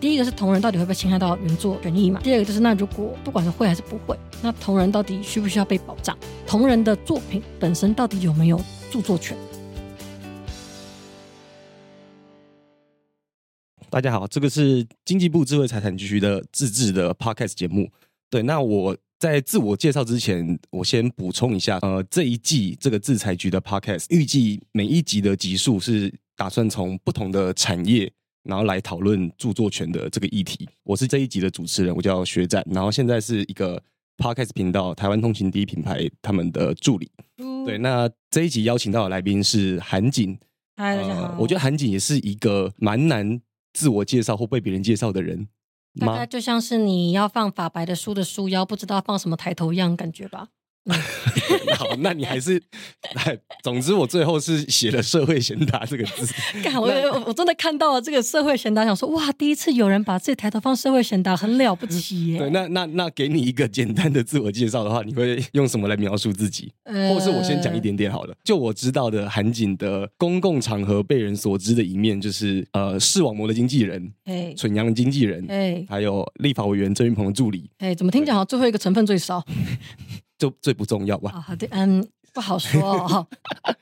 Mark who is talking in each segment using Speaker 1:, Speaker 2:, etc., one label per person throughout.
Speaker 1: 第一个是同人到底会不会侵害到原作权益嘛？第二个就是那如果不管是会还是不会，那同人到底需不需要被保障？同人的作品本身到底有没有著作权？
Speaker 2: 大家好，这个是经济部智慧财产局的自制的 podcast 节目。对，那我在自我介绍之前，我先补充一下，呃，这一季这个制裁局的 podcast 预计每一集的集数是打算从不同的产业，然后来讨论著作权的这个议题。我是这一集的主持人，我叫学展，然后现在是一个 podcast 频道台湾通勤第一品牌他们的助理。对，那这一集邀请到的来宾是韩景，
Speaker 1: 嗨，大家好，
Speaker 2: 呃我觉得韩景也是一个蛮难自我介绍或被别人介绍的人
Speaker 1: 大概
Speaker 2: 吗？
Speaker 1: 就像是你要放法白的书的书腰，不知道放什么抬头一样感觉 吧。
Speaker 2: 好，那你还是， 哎，总之我最后是写了“社会贤达”这个 字。
Speaker 1: 干，我我我真的看到了这个社会贤达，想说哇，第一次有人把自己抬头放社会贤达，很了不起
Speaker 2: 对，
Speaker 1: 耶。
Speaker 2: 那那那给你一个简单的自我介绍的话，你会用什么来描述自己？
Speaker 1: 呃
Speaker 2: 或是我先讲一，点点好了。就我知道的，韩景的公共场合被人所知的一面，就是呃，视网膜的经纪人、
Speaker 1: 哎
Speaker 2: 蠢羊的经纪人，
Speaker 1: 哎
Speaker 2: 还有立法委员郑云鹏的助理，
Speaker 1: 哎，怎么听讲好像最后一个成分最少
Speaker 2: 就最不重要吧。
Speaker 1: 啊？好的，嗯，不好说哦。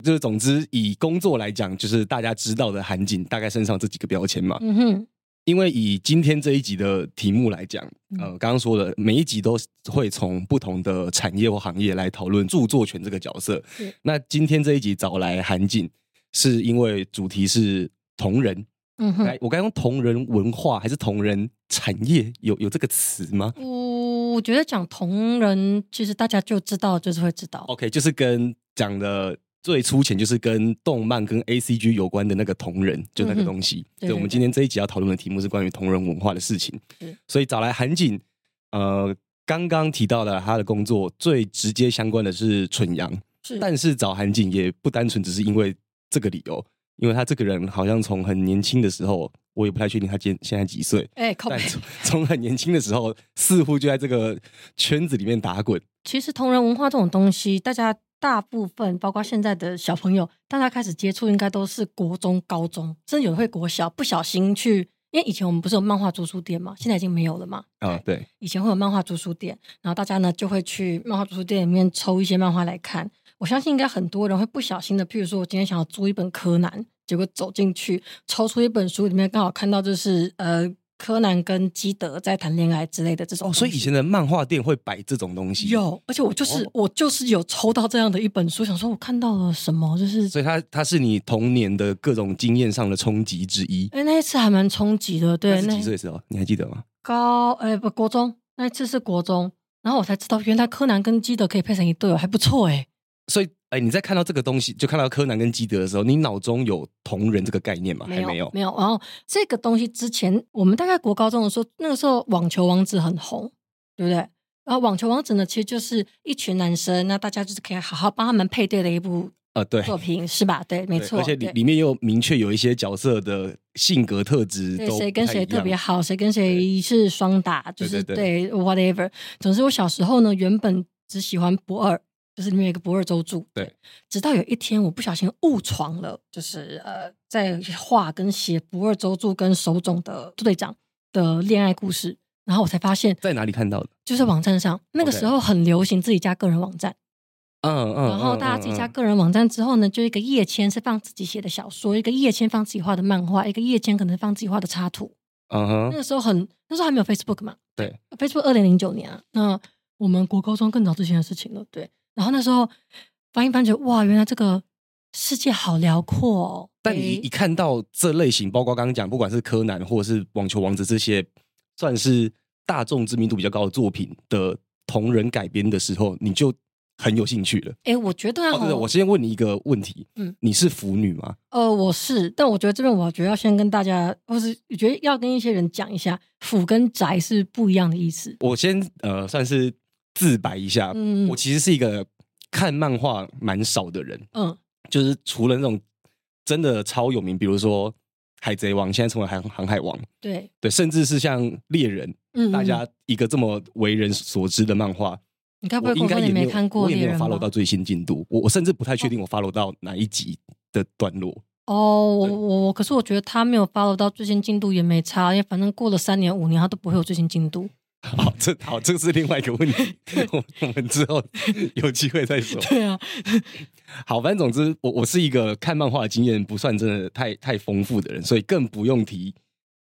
Speaker 2: 就是总之，以工作来讲，就是大家知道的韩景大概身上这几个标签嘛。
Speaker 1: 嗯哼，
Speaker 2: 因为以今天这一集的题目来讲，
Speaker 1: 嗯
Speaker 2: 呃，刚刚说了，每一集都会从不同的产业或行业来讨论著作权这个角色
Speaker 1: 是。
Speaker 2: 那今天这一集找来韩景，是因为主题是同人。
Speaker 1: 嗯哼，
Speaker 2: 来，我刚用同人文化还是同人产业有有这个词吗
Speaker 1: 我觉得讲同人，其实大家就知道，就是会知道。
Speaker 2: ？OK，就是跟讲的最粗浅，就是跟动漫跟 A C G 有关的那个同人，就那个
Speaker 1: 嗯哼
Speaker 2: 东西。
Speaker 1: 对
Speaker 2: 对，
Speaker 1: 对
Speaker 2: 我们
Speaker 1: 对
Speaker 2: 今天这一集要讨论的题目是关于同人文化的事情
Speaker 1: 是，
Speaker 2: 所以找来韩景，呃，刚刚提到了他的工作最直接相关的是蠢羊，
Speaker 1: 是
Speaker 2: 但是找韩景也不单纯只是因为这个理由，因为他这个人好像从很年轻的时候，我也不太确定他今现在几岁，
Speaker 1: 哎，靠
Speaker 2: 但
Speaker 1: 北，
Speaker 2: 从从很年轻的时候，似乎就在这个圈子里面打滚。
Speaker 1: 其实同人文化这种东西，大家大部分，包括现在的小朋友，大家开始接触应该都是国中、高中，甚至有的会国小，不小心去，因为以前我们不是有漫画图书店嘛，现在已经没有了嘛。
Speaker 2: 啊、对，
Speaker 1: 以前会有漫画图书店，然后大家呢就会去漫画图书店里面抽一些漫画来看。我相信应该很多人会不小心的，譬如说我今天想要租一本柯南，结果走进去抽出一本书，里面刚好看到就是呃柯南跟基德在谈恋爱之类的这种
Speaker 2: 哦，
Speaker 1: 东西。
Speaker 2: 所以以前的漫画店会摆这种东西，，
Speaker 1: 有，而且我就是、
Speaker 2: 哦
Speaker 1: 我就是有抽到这样的一本书，想说我看到了什么，就是
Speaker 2: 所以它它是你童年的各种经验上的冲击之一。
Speaker 1: 哎那一次还蛮冲击的，对，
Speaker 2: 那
Speaker 1: 那
Speaker 2: 是几岁的时候？你还记得吗？
Speaker 1: 高哎不国中那一次是国中，然后我才知道原来柯南跟基德可以配成一对哦，还不错哎。
Speaker 2: 所以，哎、你在看到这个东西，就看到柯南跟基德的时候，你脑中有同人这个概念吗？还
Speaker 1: 没有
Speaker 2: 没有。
Speaker 1: 没有。然后这个东西之前我们大概国高中的时候，那个时候网球王子很红，对不对？然后网球王子呢，其实就是一群男生，那大家就是可以好好帮他们配对的一部
Speaker 2: 呃，对，
Speaker 1: 作品，是吧？对，没
Speaker 2: 对
Speaker 1: 错。
Speaker 2: 而且里
Speaker 1: 对
Speaker 2: 里面又明确有一些角色的性格特质
Speaker 1: 对
Speaker 2: 都
Speaker 1: 谁
Speaker 2: 不
Speaker 1: 跟
Speaker 2: 太
Speaker 1: 谁
Speaker 2: 一
Speaker 1: 特
Speaker 2: 样
Speaker 1: 别好，谁跟谁是双打，就
Speaker 2: 对
Speaker 1: 是
Speaker 2: 对
Speaker 1: 对 whatever。总之，我小时候呢，原本只喜欢不二，就是里面有一个不二周助。
Speaker 2: 对，
Speaker 1: 直到有一天我不小心误闯了，就是呃，在画跟写不二周助跟手冢的队长的恋爱故事，然后我才发现，
Speaker 2: 在哪里看到的？
Speaker 1: 就是网站上那个
Speaker 2: OK
Speaker 1: 时候很流行自己家个人网站。
Speaker 2: 嗯嗯。
Speaker 1: 然后大家
Speaker 2: 嗯
Speaker 1: 自己加
Speaker 2: 嗯
Speaker 1: 个人网站之后呢，就一个页签是放自己写的小说，一个页签放自己画的漫画，一个页签可能放自己画的插图。
Speaker 2: 嗯
Speaker 1: 那
Speaker 2: 哼，
Speaker 1: 个时候很，那时候还没有 Facebook 嘛，
Speaker 2: 对
Speaker 1: ，Facebook 二零零九年啊，那我们国高中更早之前的事情了，对。然后那时候翻一翻，觉得哇，原来这个世界好辽阔哦。
Speaker 2: 但你
Speaker 1: 诶
Speaker 2: 一看到这类型，包括刚刚讲，不管是柯南或者是网球王子这些，算是大众知名度比较高的作品的同人改编的时候，你就很有兴趣了。
Speaker 1: 诶我觉得、啊
Speaker 2: 哦，对对，我先问你一个问题，
Speaker 1: 嗯
Speaker 2: 你是腐女吗？
Speaker 1: 呃，我是，但我觉得这边我觉得要先跟大家，或是我觉得要跟一些人讲一下，腐跟宅是不一样的意思。
Speaker 2: 我先呃算是自白一下，
Speaker 1: 嗯
Speaker 2: 我其实是一个看漫画蛮少的人，
Speaker 1: 嗯，
Speaker 2: 就是除了那种真的超有名，比如说《海贼王》，现在成为航航海王，
Speaker 1: 对，
Speaker 2: 对，甚至是像《猎人》，
Speaker 1: 嗯，
Speaker 2: 大
Speaker 1: 嗯
Speaker 2: 家一个这么为人所知的漫画，
Speaker 1: 你该不
Speaker 2: 我
Speaker 1: 会
Speaker 2: 应
Speaker 1: 跟
Speaker 2: 该
Speaker 1: 说
Speaker 2: 也
Speaker 1: 你
Speaker 2: 没有
Speaker 1: 看过
Speaker 2: 我也
Speaker 1: 猎
Speaker 2: 没有
Speaker 1: 人吧？
Speaker 2: follow 到最新进度，我我甚至不太确定我 follow 到哪一集的段落。
Speaker 1: 哦，我我我，可是我觉得他没有 follow 到最新进度也没差，因为反正过了三年五年，他都不会有最新进度。
Speaker 2: 好，这好，这是另外一个问 题，我我们之后 有机会再说。
Speaker 1: 对啊，
Speaker 2: 好，反正总之，我我是一个看漫画的经验不算真的太太丰富的人，所以更不用提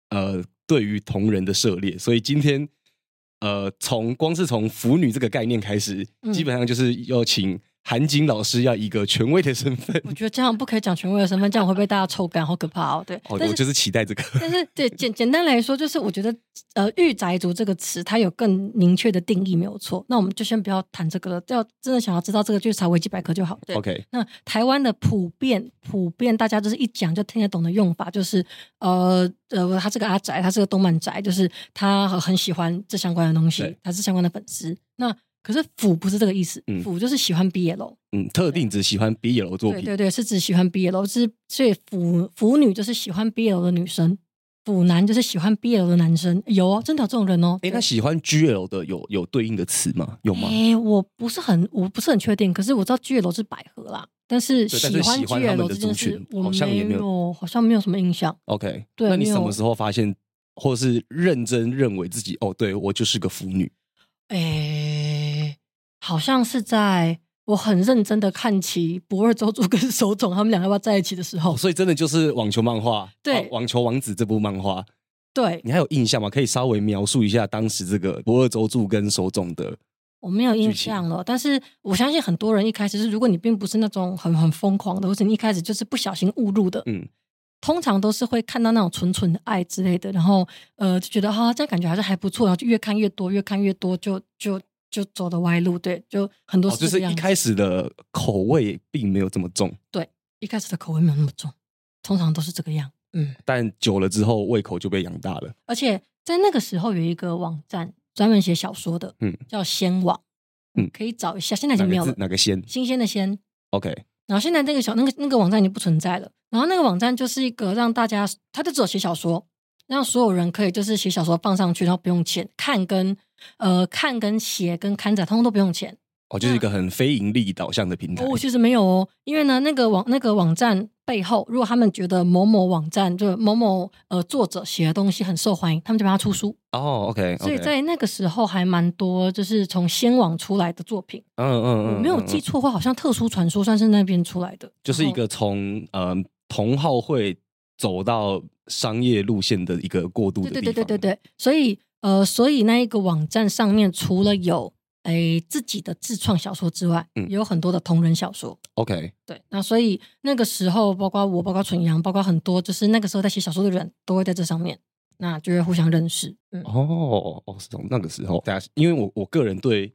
Speaker 2: 呃对于同人的涉猎。所以今天呃，从光是从腐女这个概念开始，
Speaker 1: 嗯
Speaker 2: 基本上就是要请韩景老师要一个权威的身份。
Speaker 1: 我觉得这样不可以讲权威的身份，这样我会被大家抽干，好可怕哦。对，
Speaker 2: 哦，
Speaker 1: 但
Speaker 2: 我
Speaker 1: 是
Speaker 2: 就是期待这个。
Speaker 1: 但是对简简单来说，就是我觉得呃“御宅族”这个词，它有更明确的定义，没有错。那我们就先不要谈这个了，要真的想要知道这个，就查维基百科就好。对
Speaker 2: OK，
Speaker 1: 那台湾的普遍普遍大家就是一讲就听得懂的用法，就是呃呃，他是个阿宅，他是个动漫宅，就是他很喜欢这相关的东西
Speaker 2: 对，
Speaker 1: 他是相关的粉丝。那可是腐不是这个意思
Speaker 2: 嗯，
Speaker 1: 腐就是喜欢 BL，、
Speaker 2: 嗯，特定只喜欢 BL 作
Speaker 1: 对
Speaker 2: 品。
Speaker 1: 对对，是指喜欢 BL，是所以腐腐女就是喜欢 BL 的女生，腐男就是喜欢 BL 的男生，有哦，真的有这种人哦。
Speaker 2: 哎，那
Speaker 1: 对
Speaker 2: 喜欢 GL 的有有对应的词吗？有吗？
Speaker 1: 诶我不是很我不是很确定，可是我知道 GL 是百合啦，但是喜
Speaker 2: 对但是
Speaker 1: 欢
Speaker 2: 喜欢他们
Speaker 1: GL 这
Speaker 2: 的族
Speaker 1: 件事
Speaker 2: 群，
Speaker 1: 我
Speaker 2: 好像也没有
Speaker 1: 有，好像没有什么印象。
Speaker 2: OK，
Speaker 1: 对
Speaker 2: 那你
Speaker 1: 没有
Speaker 2: 什么时候发现，或是认真认为自己哦，对我就是个腐女？
Speaker 1: 诶，好像是在我很认真的看起不二周助跟手冢他们两个要不要在一起的时候
Speaker 2: 哦，，所以真的就是网球漫画，
Speaker 1: 对
Speaker 2: 啊网球王子》这部漫画，
Speaker 1: 对
Speaker 2: 你还有印象吗？可以稍微描述一下当时这个不二周助跟手冢的
Speaker 1: 我没有印
Speaker 2: 剧情
Speaker 1: 象了，但是我相信很多人一开始是，如果你并不是那种很很疯狂的，或者你一开始就是不小心误入的，
Speaker 2: 嗯，
Speaker 1: 通常都是会看到那种纯纯的爱之类的，然后呃就觉得哈、这样感觉好像还不错，然后就越看越多，越看越多，就就就走的歪路，对，就很多
Speaker 2: 哦，
Speaker 1: 事、
Speaker 2: 就是一开始的口味并没有这么重，
Speaker 1: 一开始的口味没有那么重，通常都是这个样，嗯，
Speaker 2: 但久了之后胃口就被养大了。
Speaker 1: 而且在那个时候有一个网站专门写小说的，
Speaker 2: 嗯，
Speaker 1: 叫仙网，
Speaker 2: 嗯
Speaker 1: 可以找一下，现在已
Speaker 2: 哪
Speaker 1: 经没
Speaker 2: 个
Speaker 1: 有
Speaker 2: 字
Speaker 1: 了，
Speaker 2: 哪个先
Speaker 1: 新鲜的鲜，
Speaker 2: ？OK，
Speaker 1: 然后现在那个小那个那个网站已经不存在了。然后那个网站就是一个让大家，它就只有写小说，让所有人可以就是写小说放上去，然后不用钱，看跟呃看跟写跟刊载通通都不用钱。
Speaker 2: 哦，就是一个很非盈利导向的平台。
Speaker 1: 哦，其实没有哦，因为呢那个网那个网站背后，如果他们觉得某某网站就某某呃作者写的东西很受欢迎，他们就把它出书。
Speaker 2: 哦，OK，
Speaker 1: 所以在那个时候还蛮多就是从先网出来的作品，
Speaker 2: 嗯嗯嗯
Speaker 1: 我
Speaker 2: 嗯，
Speaker 1: 没有
Speaker 2: 嗯
Speaker 1: 记，哦错的话，好像特殊传说算是那边出来的，
Speaker 2: 就是一
Speaker 1: 然后
Speaker 2: 个从呃同好会走到商业路线的一个过渡的
Speaker 1: 对
Speaker 2: 地方。
Speaker 1: 对对对对对，所以呃，所以那一个网站上面除了有诶自己的自创小说之外，
Speaker 2: 嗯
Speaker 1: 也有很多的同人小说。
Speaker 2: OK，
Speaker 1: 对，那所以那个时候，包括我，包括纯阳，包括很多就是那个时候在写小说的人都会在这上面，那就会互相认识。嗯，
Speaker 2: 哦哦，是从那个时候，大家因为我我个人对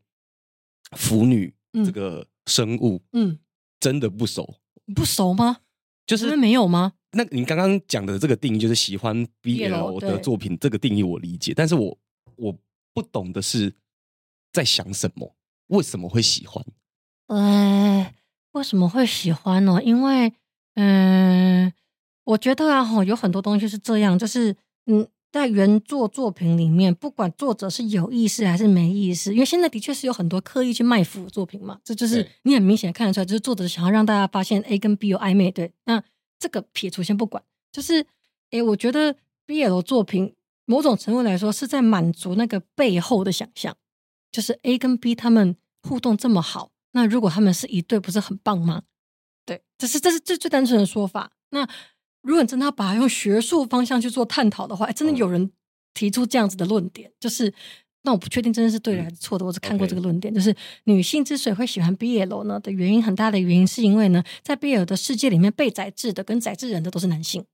Speaker 2: 腐女
Speaker 1: 嗯
Speaker 2: 这个生物
Speaker 1: 嗯，
Speaker 2: 真的不熟，
Speaker 1: 你不熟吗？
Speaker 2: 就
Speaker 1: 你
Speaker 2: 是
Speaker 1: 们没有吗？
Speaker 2: 那你刚刚讲的这个定义，就是喜欢 BL 的
Speaker 1: 对
Speaker 2: 作品，这个定义我理解，但是我我不懂的是在想什么，为什么会喜欢？
Speaker 1: 呃，为什么会喜欢呢？因为，嗯、我觉得啊，吼，有很多东西是这样，就是，嗯，在原作作品里面，不管作者是有意识还是没意识，因为现在的确是有很多刻意去卖腐的作品嘛，这就是
Speaker 2: 对
Speaker 1: 你很明显看得出来，就是作者想要让大家发现 A 跟 B 有暧昧，对，那这个撇除先不管，就是，诶，我觉得 BL 作品某种程度来说是在满足那个背后的想象。就是 A 跟 B 他们互动这么好，那如果他们是一对，不是很棒吗？对，这是这是最最单纯的说法。那如果你真的要把它用学术方向去做探讨的话，诶真的有人提出这样子的论点，就是那我不确定真的是对的还是错的，我只看过
Speaker 2: OK
Speaker 1: 这个论点，就是女性之所以会喜欢 BL 呢的原因，很大的原因是因为呢，在 BL 的世界里面，被宰制的跟宰制人的都是男性。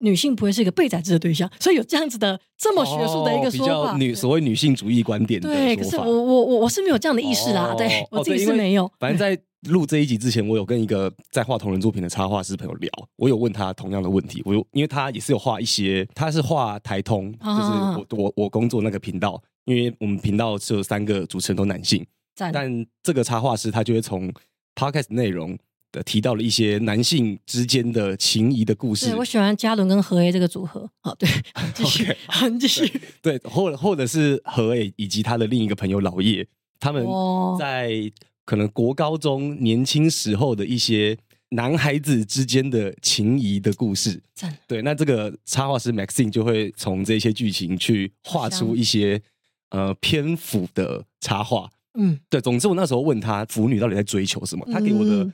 Speaker 1: 女性不会是一个被宰制的对象，所以有这样子的这么学术的一个
Speaker 2: 哦比
Speaker 1: 说
Speaker 2: 较
Speaker 1: 法，
Speaker 2: 女
Speaker 1: 对
Speaker 2: 所谓女性主义观点的
Speaker 1: 对，可
Speaker 2: 说
Speaker 1: 是
Speaker 2: 法
Speaker 1: 我我我我是没有这样的意识啦，
Speaker 2: 哦
Speaker 1: 对
Speaker 2: 哦
Speaker 1: 我自己
Speaker 2: 对
Speaker 1: 是
Speaker 2: 因为
Speaker 1: 没有。
Speaker 2: 反正在录这一集之前，我有跟一个在画同人作品的插画师朋友聊，我有问他同样的问题，我有因为他也是有画一些，他是画台通，就
Speaker 1: 啊
Speaker 2: 是我我我工作那个频道，因为我们频道是有三个主持人都男性，
Speaker 1: 赞
Speaker 2: 但这个插画师他就会从 podcast 内容的提到了一些男性之间的情谊的故事
Speaker 1: 对，我喜欢嘉伦跟何 A 这个组合。好， 对，继续
Speaker 2: OK，，
Speaker 1: 好你继续。
Speaker 2: 对，或或者是何伟以及他的另一个朋友老叶，他们
Speaker 1: 哦
Speaker 2: 在可能国高中年轻时候的一些男孩子之间的情谊的故事。
Speaker 1: 赞，
Speaker 2: 对，那这个插画师 Maxine 就会从这些剧情去画出一些呃篇幅的插画。
Speaker 1: 嗯，
Speaker 2: 对，总之我那时候问他腐女到底在追求什么，他给我的
Speaker 1: 嗯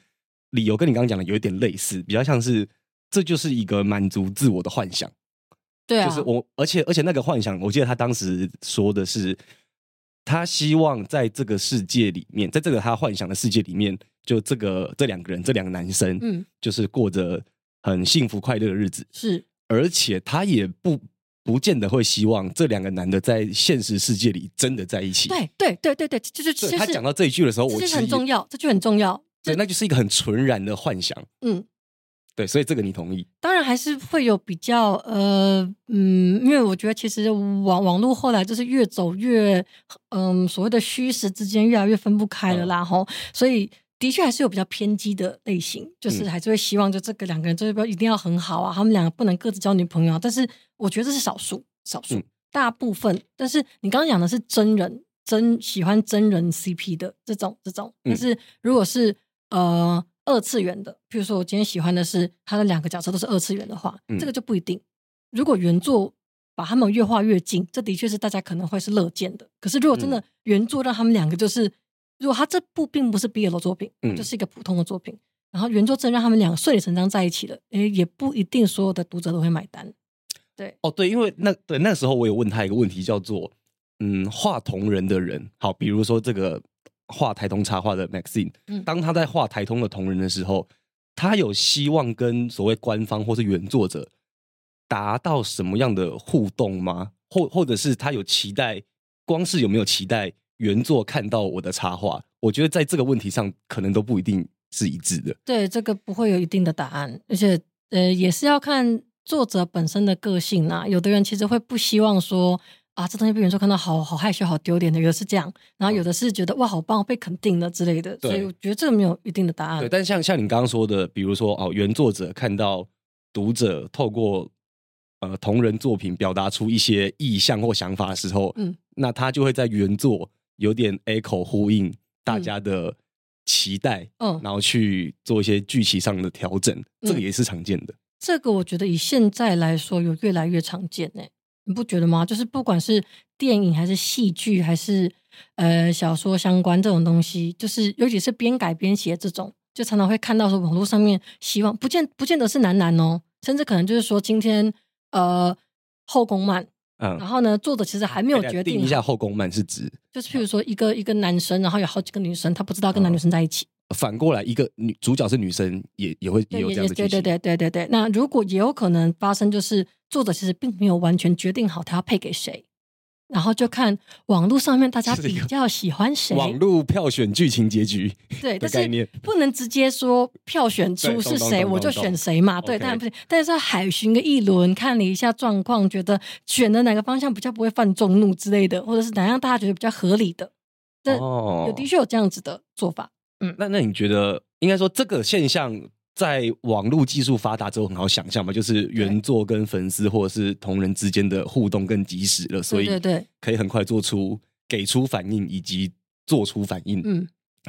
Speaker 2: 理由跟你刚刚讲的有一点类似，比较像是这就是一个满足自我的幻想。
Speaker 1: 对啊，
Speaker 2: 就是我，而且而且那个幻想，我记得他当时说的是，他希望在这个世界里面，在这个他幻想的世界里面，就这个这两个人，这两个男生，
Speaker 1: 嗯
Speaker 2: 就是过着很幸福快乐的日子，
Speaker 1: 是
Speaker 2: 而且他也不不见得会希望这两个男的在现实世界里真的在一起。
Speaker 1: 对对对对对，就是就是
Speaker 2: 对，他讲到这一句的时候，
Speaker 1: 这
Speaker 2: 我
Speaker 1: 句
Speaker 2: 其实
Speaker 1: 很
Speaker 2: 也
Speaker 1: 重要，这句很重要。
Speaker 2: 对，那就是一个很纯然的幻想。
Speaker 1: 嗯，
Speaker 2: 对，所以这个你同意？
Speaker 1: 当然还是会有比较呃嗯，因为我觉得其实网网络后来就是越走越嗯所谓的虚实之间越来越分不开了啦吼，所以的确还是有比较偏激的类型，就是
Speaker 2: 嗯
Speaker 1: 还是会希望就这个两个人就是不要一定要很好啊，他们两个不能各自交女朋友啊，但是我觉得这是少数少数，
Speaker 2: 嗯
Speaker 1: 大部分。但是你刚刚讲的是真人真喜欢真人 CP 的这种这种，
Speaker 2: 嗯
Speaker 1: 但是如果是呃二次元的，比如说我今天喜欢的是他的两个角色都是二次元的话，
Speaker 2: 嗯
Speaker 1: 这个就不一定。如果原作把他们越画越近，这的确是大家可能会是乐见的。可是如果真的原作让他们两个就是，如果他这部并不是 BL 作品，
Speaker 2: 嗯
Speaker 1: 就是一个普通的作品，然后原作真的让他们两个顺理成章在一起了，诶，也不一定所有的读者都会买单。
Speaker 2: 哦，对，因为那对那时候我有问他一个问题，叫做嗯，画同人的人，好，比如说这个画台通插画的 Maxine，、
Speaker 1: 嗯
Speaker 2: 当他在画台通的同人的时候，他有希望跟所谓官方或是原作者达到什么样的互动吗？或或者是他有期待，光是有没有期待原作看到我的插画？我觉得在这个问题上，可能都不一定是一致的。
Speaker 1: 对，这个不会有一定的答案，而且呃，也是要看作者本身的个性啦。有的人其实会不希望说啊，这东西被原作看到好好害羞、好丢脸的，有的是这样，然后有嗯的是觉得哇，好棒，被肯定了之类的。
Speaker 2: 对
Speaker 1: 所以我觉得这个没有一定的答案
Speaker 2: 对，。但像像你刚刚说的，比如说哦，原作者看到读者透过呃同人作品表达出一些意向或想法的时候，
Speaker 1: 嗯，
Speaker 2: 那他就会在原作有点 echo 呼应大家的期待，
Speaker 1: 嗯
Speaker 2: 然后去做一些剧情上的调整，这个也是常见的。
Speaker 1: 这个我觉得以现在来说，有越来越常见呢、你不觉得吗？就是不管是电影还是戏剧，还是呃小说相关这种东西，就是尤其是边改边写这种，就常常会看到说网络上面希望不见不见得是男男哦，甚至可能就是说今天呃后宫漫，
Speaker 2: 嗯，
Speaker 1: 然后呢作者其实还没有
Speaker 2: 哎
Speaker 1: 决
Speaker 2: 定
Speaker 1: 定
Speaker 2: 一下
Speaker 1: 好，
Speaker 2: 后宫漫是指
Speaker 1: 就是譬如说一个一个男生，然后有好几个女生，他不知
Speaker 2: 哦
Speaker 1: 道跟男女生在一起。
Speaker 2: 反过来一个女主角是女生，也也会也
Speaker 1: 对
Speaker 2: 有
Speaker 1: 也
Speaker 2: 这样
Speaker 1: 也
Speaker 2: 的
Speaker 1: 对对
Speaker 2: 剧情。
Speaker 1: 对对对对。那如果也有可能发生，就是作者其实并没有完全决定好他要配给谁，然后就看网络上面大家
Speaker 2: 这是一
Speaker 1: 比
Speaker 2: 个
Speaker 1: 较喜欢谁。
Speaker 2: 网络票选剧情结局
Speaker 1: 对，
Speaker 2: 的
Speaker 1: 但
Speaker 2: 概
Speaker 1: 是
Speaker 2: 念，
Speaker 1: 不能直接说票选
Speaker 2: 对
Speaker 1: 出
Speaker 2: 懂
Speaker 1: 是
Speaker 2: 懂
Speaker 1: 谁
Speaker 2: 懂
Speaker 1: 我就
Speaker 2: 懂懂
Speaker 1: 选谁嘛。对，
Speaker 2: OK
Speaker 1: 当然不行。但是要海巡个一轮，看了一下状况，觉得选的哪个方向比较不会犯众怒之类的，或者是哪样大家觉得比较合理的。这
Speaker 2: 哦
Speaker 1: 有的确有这样子的做法。
Speaker 2: 那那你觉得，应该说这个现象在网络技术发达之后很好想象吧？就是原作跟粉丝或者是同人之间的互动更及时了，所以
Speaker 1: 对对对，
Speaker 2: 可以很快做出给出反应以及做出反应。
Speaker 1: 嗯。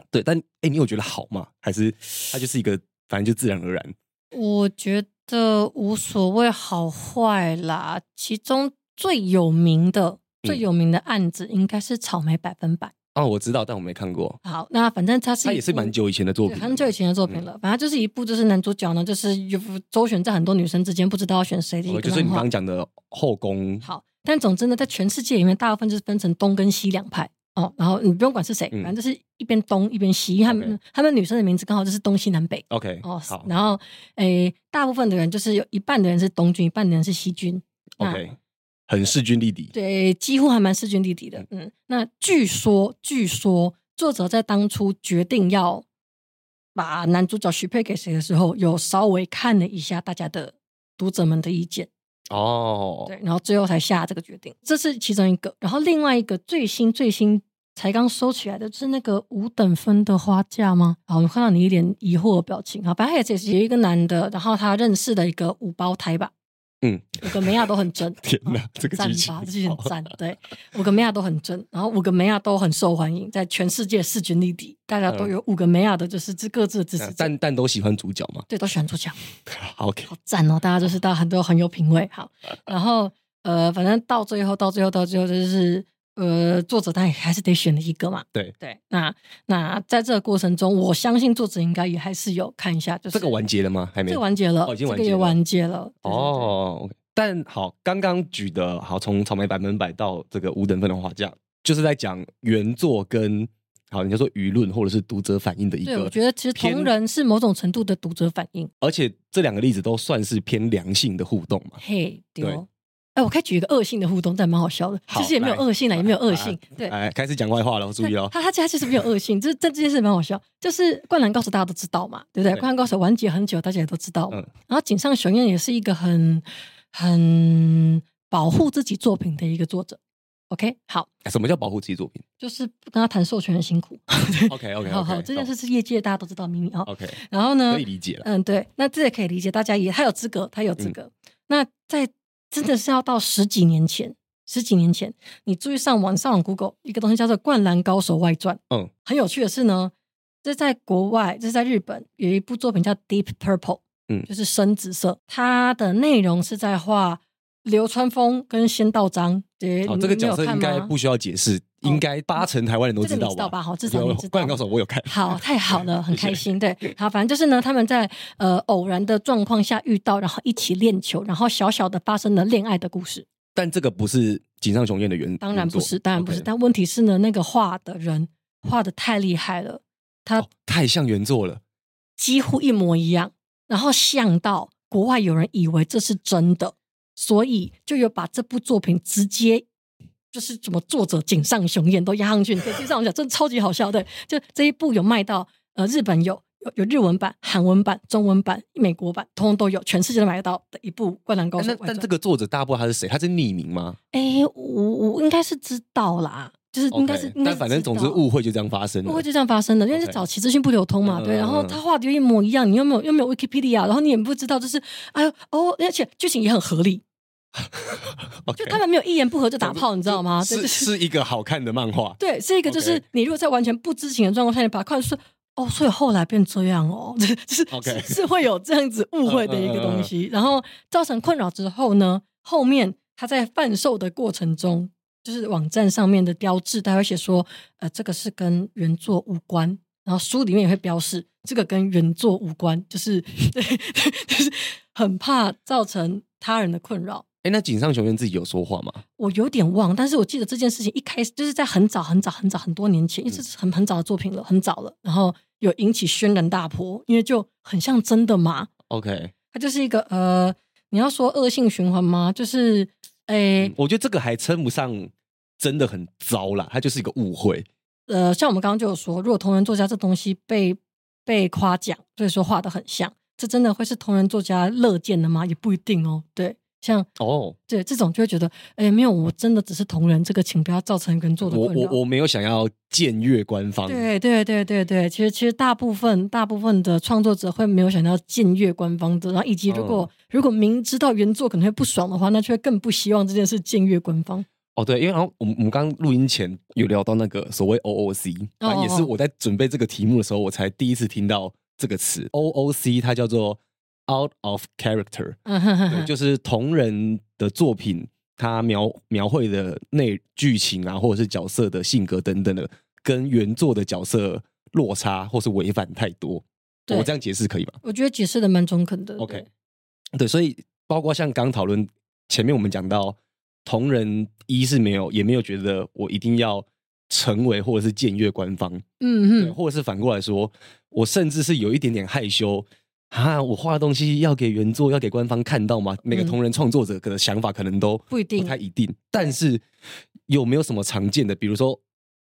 Speaker 2: 对，但哎、诶你有觉得好吗？还是它就是一个反正就自然而然？
Speaker 1: 我觉得无所谓好坏啦，其中最有名的、
Speaker 2: 嗯
Speaker 1: 最有名的案子应该是《草莓百分百》。
Speaker 2: 哦，我知道，但我没看过。
Speaker 1: 好，那反正它是
Speaker 2: 它
Speaker 1: 一
Speaker 2: 也是
Speaker 1: 部
Speaker 2: 蛮久以前的作
Speaker 1: 对
Speaker 2: 品，嗯
Speaker 1: 很久以前的作品了。反正就是一部，就是男主角呢，就是有周旋在很多女生之间，不知道要选谁的一
Speaker 2: 哦，
Speaker 1: 个
Speaker 2: 就是
Speaker 1: 漫
Speaker 2: 你刚
Speaker 1: 画
Speaker 2: 刚。讲的后宫。
Speaker 1: 好，但总之呢，在全世界里面，大部分就是分成东跟西两派哦。然后你不用管是谁，
Speaker 2: 嗯
Speaker 1: 反正就是一边东一边西，因为他们
Speaker 2: OK
Speaker 1: 他们女生的名字刚好就是东西南北。
Speaker 2: OK，
Speaker 1: 哦，
Speaker 2: 好
Speaker 1: 然后诶，大部分的人就是有一半的人是东军，一半的人是西军。那
Speaker 2: ，OK，很势均力敌。
Speaker 1: 对，几乎还蛮势均力敌的。嗯，那据说，据说作者在当初决定要把男主角许配给谁的时候，有稍微看了一下大家的读者们的意见，
Speaker 2: 哦，
Speaker 1: 对，然后最后才下这个决定，这是其中一个。然后另外一个最新最新才刚收起来的，就是那个五等分的花嫁吗？好，我看到你一脸疑惑的表情。好，反正也是有一个男的，然后他认识了一个五胞胎吧，
Speaker 2: 嗯，。
Speaker 1: 五个梅亚都很正
Speaker 2: 天哪，这个
Speaker 1: 赞
Speaker 2: 剧情
Speaker 1: 吧，这剧很赞。对，五个梅亚都很正，然后五个梅亚都很受欢迎，在全世界势均力敌，大家都有五个梅亚的，就是这各自的支持者，
Speaker 2: 嗯但但都喜欢主角嘛
Speaker 1: 对，都喜欢主角，
Speaker 2: 好 ？OK，
Speaker 1: 好赞哦！大家就是大家很多很有品味。 好，然后呃，反正到最后，到最后，到最后就是呃，作者他也还是得选了一个嘛。
Speaker 2: 对
Speaker 1: 对，那那在这个过程中，我相信作者应该也还是有看一下，就是
Speaker 2: 这个完结了吗？还没
Speaker 1: 这个完结了，
Speaker 2: 哦已经
Speaker 1: 这
Speaker 2: 完
Speaker 1: 个
Speaker 2: 结
Speaker 1: 也
Speaker 2: 了
Speaker 1: 完结了。对，
Speaker 2: 哦，OK。但好，刚刚举的好，从草莓百分百到这个五等分的画架，就是在讲原作跟好，你就说舆论或者是读者反应的一
Speaker 1: 对
Speaker 2: 个。
Speaker 1: 对，我觉得其实
Speaker 2: 偏
Speaker 1: 同人是某种程度的读者反应。
Speaker 2: 而且这两个例子都算是偏良性的互动嘛。
Speaker 1: 嘿，对
Speaker 2: 对
Speaker 1: 哦。哎，我可以举一个恶性的互动，但蛮好笑的。
Speaker 2: 好
Speaker 1: 其实也没有
Speaker 2: 来
Speaker 1: 恶性啦，也没有恶性。对，
Speaker 2: 哎，开始讲坏话了，注意
Speaker 1: 对
Speaker 2: 哦。
Speaker 1: 他他其他其实没有恶性，这这这件事蛮好笑。就是《灌篮高手》大家都知道嘛，对不对？
Speaker 2: 对
Speaker 1: 灌篮高手》完结很久，大家也都知道嘛。
Speaker 2: 嗯
Speaker 1: 然后井上雄彦也是一个很很保护自己作品的一个作者。OK，好，
Speaker 2: 哎什么叫保护自己 作品
Speaker 1: 就是不跟他谈授权很辛苦。
Speaker 2: ？OK OK
Speaker 1: 好
Speaker 2: OK，
Speaker 1: 好，这件事是业界大家都知道秘密哦。
Speaker 2: OK
Speaker 1: 然后呢
Speaker 2: 可以，理解了。
Speaker 1: 嗯，对，那这也可以理解，大家也他有资格，他有资
Speaker 2: 嗯
Speaker 1: 格。那在真的是要到十几年前，十几年前，你注意上网上网 Google 一个东西叫做《灌篮高手外传》。
Speaker 2: 嗯，
Speaker 1: 很有趣的是呢，这在国外，这在日本有一部作品叫《Deep Purple》，
Speaker 2: 嗯
Speaker 1: 就是深紫色，它的内容是在画流川枫跟仙道章。对，
Speaker 2: 哦，
Speaker 1: 哎你
Speaker 2: 这个
Speaker 1: 你有
Speaker 2: 角色
Speaker 1: 看
Speaker 2: 应该
Speaker 1: 吗哦
Speaker 2: 不需要解释，应该八成台湾人都
Speaker 1: 这个
Speaker 2: 知
Speaker 1: 你
Speaker 2: 道
Speaker 1: 知道吧？
Speaker 2: 吧？
Speaker 1: 好，至少你知道。
Speaker 2: 灌篮高手我有看。
Speaker 1: 好，太好了，很
Speaker 2: 谢谢
Speaker 1: 开心。对，好，反正就是呢，他们在呃偶然的状况下遇到，然后一起练球，然后小小的发生了恋爱的故事。
Speaker 2: 但这个不是井上雄彦的原，
Speaker 1: 当然不是，
Speaker 2: 原作
Speaker 1: 当然不是。
Speaker 2: OK
Speaker 1: 但问题是呢，那个画的人画的太厉害了，他
Speaker 2: 哦太像原作了。
Speaker 1: 几乎一模一样，然后像到国外有人以为这是真的，所以就有把这部作品直接。就是什么作者井上雄彦都压上去，你可以去上网讲，真的超级好笑。对，就这一部有卖到呃日本有有有日文版、韩文版、中文版、美国版，通通都有，全世界都买得到的一部《灌篮高手
Speaker 2: 哎那
Speaker 1: 外传》。
Speaker 2: 但这个作者大家不知道他是谁，他是匿名吗
Speaker 1: 哎，我我应该是知道啦，就是应该是
Speaker 2: ？OK，
Speaker 1: 应该
Speaker 2: 但
Speaker 1: 是
Speaker 2: 反正
Speaker 1: 知道
Speaker 2: 总之误会就这样发生了。
Speaker 1: 不会就这样发生的，因为是
Speaker 2: OK
Speaker 1: 早期资讯不流通嘛，
Speaker 2: 嗯
Speaker 1: 对。
Speaker 2: 嗯
Speaker 1: 然后
Speaker 2: 嗯
Speaker 1: 他画的又一模一样，你又没有又没有 Wikipedia，然后你也不知道，就是哎呦哦，而且剧情也很合理，
Speaker 2: OK
Speaker 1: 就他们没有一言不合就打炮，你知道吗？对
Speaker 2: 是
Speaker 1: 就是
Speaker 2: 一个好看的漫画。
Speaker 1: 对，这个就是
Speaker 2: OK
Speaker 1: 你如果在完全不知情的状况下，你把它看说哦，所以后来变这样哦， 就是
Speaker 2: OK 嗯
Speaker 1: 是是会有这样子误会的一个东西，然后造成困扰之后呢，后面他在贩售的过程中。就是网站上面的标志，他会写说，呃，这个是跟原作无关。然后书里面也会标示，这个跟原作无关，就是 对，就是很怕造成他人的困扰。
Speaker 2: 哎，那井上雄彦自己有说话吗？
Speaker 1: 我有点忘，但是我记得这件事情一开始就是在很早很早很早很多年前，因为这
Speaker 2: 嗯
Speaker 1: 是很很早的作品了，很早了，然后有引起轩然大波，因为就很像真的嘛，
Speaker 2: OK，、
Speaker 1: 它就是一个呃，你要说恶性循环吗？就是哎诶
Speaker 2: 嗯我觉得这个还称不上真的很糟啦，它就是一个误会。
Speaker 1: 呃，像我们刚刚就有说，如果同人作家这东西被被夸奖，所以说画的很像，这真的会是同人作家乐见的吗？也不一定哦。对，像
Speaker 2: 哦，
Speaker 1: 对这种就会觉得，诶，没有，我真的只是同人，这个请不要造成原作
Speaker 2: 我
Speaker 1: 的困扰。
Speaker 2: 我我没有想要僭越官方。
Speaker 1: 对对对对对，其实其实大部分大部分的创作者会没有想到僭越官方的，然后以及如
Speaker 2: 哦
Speaker 1: 果、如果明知道原作可能会不爽的话，那就会更不希望这件事僭越官方。
Speaker 2: 哦，对，因为然后我们我们刚刚录音前有聊到那个所谓 OOC，
Speaker 1: 哦
Speaker 2: 反正也是我在准备这个题目的时候，我才第一次听到这个词 OOC，它叫做 out of character，
Speaker 1: 嗯哼哼
Speaker 2: 对，
Speaker 1: 哼，
Speaker 2: 就是同人的作品，它描描绘的内剧情啊，或者是角色的性格等等的，跟原作的角色落差或是违反太多。
Speaker 1: 对
Speaker 2: 我这样解释可以吗
Speaker 1: 我觉得解释的蛮中肯的。
Speaker 2: ？OK，
Speaker 1: 对
Speaker 2: 对，所以包括像刚讨论前面我们讲到，同人一是没有也没有觉得我一定要成为或者是僭越官方，对，
Speaker 1: 嗯嗯，
Speaker 2: 或者是反过来说，我甚至是有一点点害羞啊，我画的东西要给原作要给官方看到吗？每个
Speaker 1: 嗯
Speaker 2: 同人创作者的想法可能都
Speaker 1: 不一定
Speaker 2: 不太一定，但是有没有什么常见的？比如说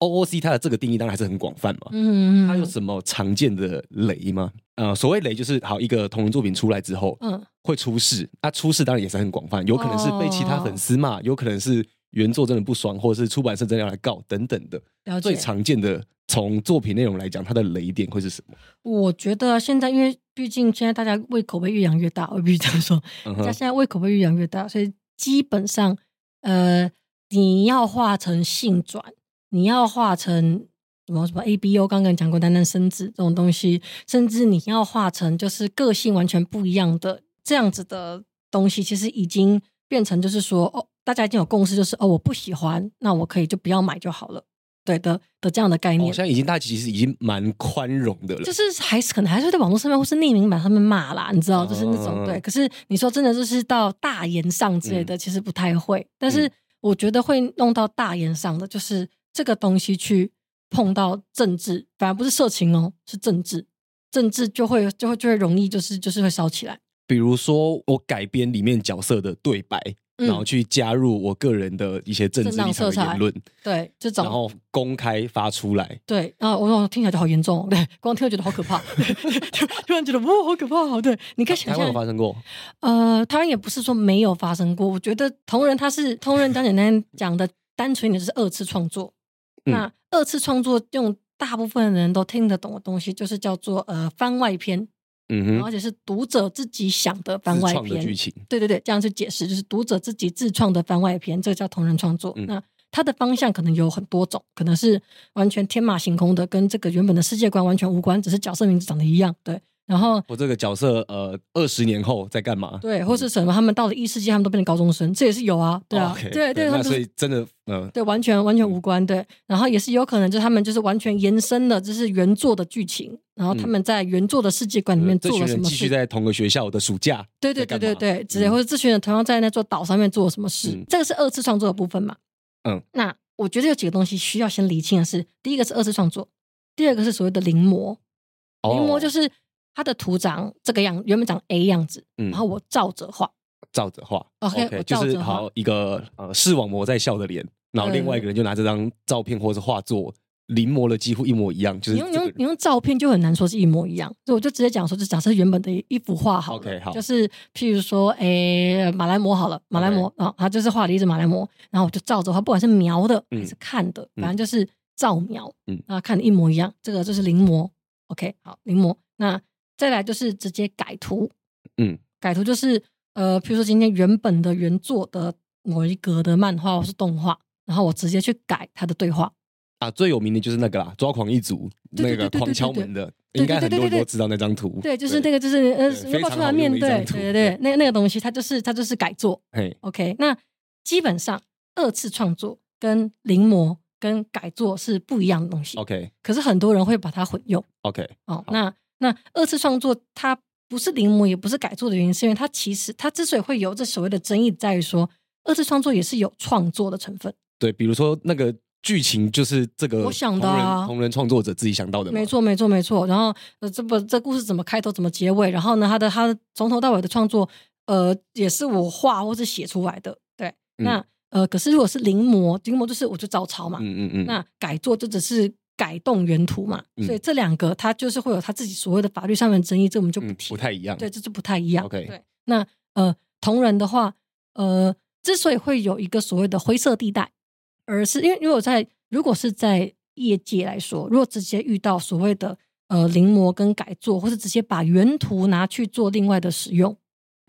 Speaker 2: OOC 它的这个定义当然还是很广泛嘛，
Speaker 1: 嗯嗯，
Speaker 2: 它有
Speaker 1: 嗯
Speaker 2: 什么常见的雷吗？呃，所谓雷就是好一个同人作品出来之后，
Speaker 1: 嗯哦
Speaker 2: 会出事。那、出事当然也是很广泛，有可能是被其他粉丝骂，有可能是原作真的不爽，或者是出版社真的要来告等等的。
Speaker 1: 了
Speaker 2: 最
Speaker 1: 解。
Speaker 2: 常见的从作品内容来讲，它的雷点会是什么？
Speaker 1: 我觉得现在因为毕竟现在大家胃口被越养越大，我必须这样说，
Speaker 2: 嗯
Speaker 1: 大家
Speaker 2: 哼，
Speaker 1: 现在胃口被越养越大，所以基本上，呃，你要画成性转，你要画成什么什么 A B O，刚刚讲过，单单生子这种东西，甚至你要画成就是个性完全不一样的这样子的东西，其实已经变成就是说，哦，大家已经有共识，就是哦，我不喜欢，那我可以就不要买就好了，对的的这样的概
Speaker 2: 好
Speaker 1: 念。
Speaker 2: 哦像已经大家其实已经蛮宽容的了。
Speaker 1: 就是还是可能还是会在网络上面或是匿名版上面骂啦，你知道，就是那
Speaker 2: 嗯
Speaker 1: 种对。可是你说真的，就是到大言上之类的，其实不太会。但
Speaker 2: 嗯
Speaker 1: 是我觉得会弄到大言上的，就是这个东西去碰到政治，反而不是色情哦，是政治，政治就会就会就会容易就是就是会烧起来。
Speaker 2: 比如说，我改编里面角色的对白，
Speaker 1: 嗯
Speaker 2: 然后去加入我个人的一些政治
Speaker 1: 正当
Speaker 2: 立场
Speaker 1: 色
Speaker 2: 的
Speaker 1: 彩
Speaker 2: 言论，
Speaker 1: 对，这
Speaker 2: 然
Speaker 1: 种
Speaker 2: 后公开发出来。
Speaker 1: 对啊，我我听起来就好严重哦，对，光听就觉得好可怕， 就突然觉得哇，好可怕，好对，你可以想
Speaker 2: 台湾
Speaker 1: 象
Speaker 2: 有发生过，
Speaker 1: 呃，台湾也不是说没有发生过，我觉得同人他是同人，讲简单 讲的单纯一点就是二次创作。
Speaker 2: 嗯
Speaker 1: 那二次创作用大部分人都听得懂的东西，就是叫做呃番外篇，
Speaker 2: 嗯
Speaker 1: 而
Speaker 2: 哼，
Speaker 1: 且是读者自己想的番
Speaker 2: 自
Speaker 1: 外
Speaker 2: 创的剧
Speaker 1: 篇。
Speaker 2: 情，
Speaker 1: 对对对，这样去解释，就是读者自己自创的番外篇，这个叫同人创作。
Speaker 2: 嗯
Speaker 1: 那它的方向可能有很多种，可能是完全天马行空的，跟这个原本的世界观完全无关，只是角色名字长得一样。对，然后
Speaker 2: 我这个角色呃，二十年后在干嘛？
Speaker 1: 对，或是什么，他们到了异世界，他们都变成高中生，这也是有啊，对啊，
Speaker 2: 哦 OK，
Speaker 1: 对对，他
Speaker 2: 那
Speaker 1: 们就
Speaker 2: 所
Speaker 1: 是
Speaker 2: 以真的呃，
Speaker 1: 对完全完全无关，对，然后也是有可能就是他们就是完全延伸的，就是原作的剧情，然后他们在原作的世界观里面
Speaker 2: 嗯呃这
Speaker 1: 做
Speaker 2: 群
Speaker 1: 了什
Speaker 2: 人
Speaker 1: 么
Speaker 2: 继续
Speaker 1: 事，
Speaker 2: 在同个学校的暑假，
Speaker 1: 对对
Speaker 2: 在
Speaker 1: 对
Speaker 2: 干
Speaker 1: 对
Speaker 2: 嘛
Speaker 1: 对，之类，
Speaker 2: 嗯
Speaker 1: 或者这群人同样在那座岛上面做了什么事
Speaker 2: 嗯，
Speaker 1: 这个是二次创作的部分嘛，
Speaker 2: 嗯，
Speaker 1: 那我觉得有几个东西需要先厘清的是，第一个是二次创作，第二个是所谓的临摹，临
Speaker 2: 哦
Speaker 1: 摹就是是它的图长这个样，原本长 A 样子，
Speaker 2: 嗯
Speaker 1: 然后我照着画。
Speaker 2: 照着画
Speaker 1: 哦 OK，我
Speaker 2: 就
Speaker 1: 照
Speaker 2: 是
Speaker 1: 着画
Speaker 2: 好一个呃视网膜在笑的脸，然后
Speaker 1: 对
Speaker 2: 另外一个人就拿这张照片或者画作临摹了几乎一模一样，就是
Speaker 1: 你用你
Speaker 2: 这个
Speaker 1: 用你
Speaker 2: 人
Speaker 1: 用照片就很难说是一模一样，所以我就直接讲说，就假设原本的一幅画好了
Speaker 2: OK，好
Speaker 1: 就是譬如说，诶、马来貘好了，马来貘啊，他就是画了一只马来貘，然后我就照着画，不管是描的
Speaker 2: 嗯
Speaker 1: 还是看的，
Speaker 2: 嗯
Speaker 1: 反正就是照描，
Speaker 2: 嗯
Speaker 1: 嗯，然后看的一模一样，这个就是临摹，OK，好，临摹。那再来就是直接改图，
Speaker 2: 嗯，
Speaker 1: 改图就是呃，譬如说今天原本的原作的某一格的漫画或是动画，然后我直接去改它的对话，
Speaker 2: 啊最有名的就是那个啦，抓狂一族
Speaker 1: 对
Speaker 2: 那
Speaker 1: 对对
Speaker 2: 个
Speaker 1: 对
Speaker 2: 狂
Speaker 1: 对
Speaker 2: 敲
Speaker 1: 对
Speaker 2: 门的，
Speaker 1: 对
Speaker 2: 应该很多人
Speaker 1: 对对对
Speaker 2: 都知道那张图，
Speaker 1: 对，就是那个，就是呃
Speaker 2: 对，非
Speaker 1: 能够
Speaker 2: 常
Speaker 1: 出来
Speaker 2: 好用
Speaker 1: 面
Speaker 2: 的一
Speaker 1: 对，
Speaker 2: 张
Speaker 1: 对
Speaker 2: 图
Speaker 1: 对
Speaker 2: 对
Speaker 1: 对，那那个东西，它就是它就是改作。
Speaker 2: 嘿，
Speaker 1: OK，那基本上二次创作跟临摹跟改作是不一样的东西，
Speaker 2: OK
Speaker 1: 可是很多人会把它混用
Speaker 2: OK，
Speaker 1: 哦。那那二次创作它不是临摹，也不是改作的原因，是因为它其实它之所以会有这所谓的争议，在于说二次创作也是有创作的成分。
Speaker 2: 对，比如说那个剧情就是这个
Speaker 1: 我想的
Speaker 2: 同
Speaker 1: 啊
Speaker 2: 人同人创作者自己想到的嘛，
Speaker 1: 没错，没错，没错。然后呃，这不这故事怎么开头，怎么结尾，然后呢，他的他的从头到尾的创作，呃，也是我画或是写出来的。对，那呃，可是如果是临摹，临摹就是我就照抄嘛，
Speaker 2: 嗯嗯嗯嗯，
Speaker 1: 那改作就只是改动原图嘛，
Speaker 2: 嗯
Speaker 1: 所以这两个它就是会有它自己所谓的法律上面的争议，这我们就不
Speaker 2: 嗯
Speaker 1: 提。
Speaker 2: 不太一样，
Speaker 1: 对，这就不太一样。
Speaker 2: OK
Speaker 1: 对，那呃，同人的话，呃，之所以会有一个所谓的灰色地带，而是因为如果在如果是在业界来说，如果直接遇到所谓的呃临摹跟改作，或是直接把原图拿去做另外的使用，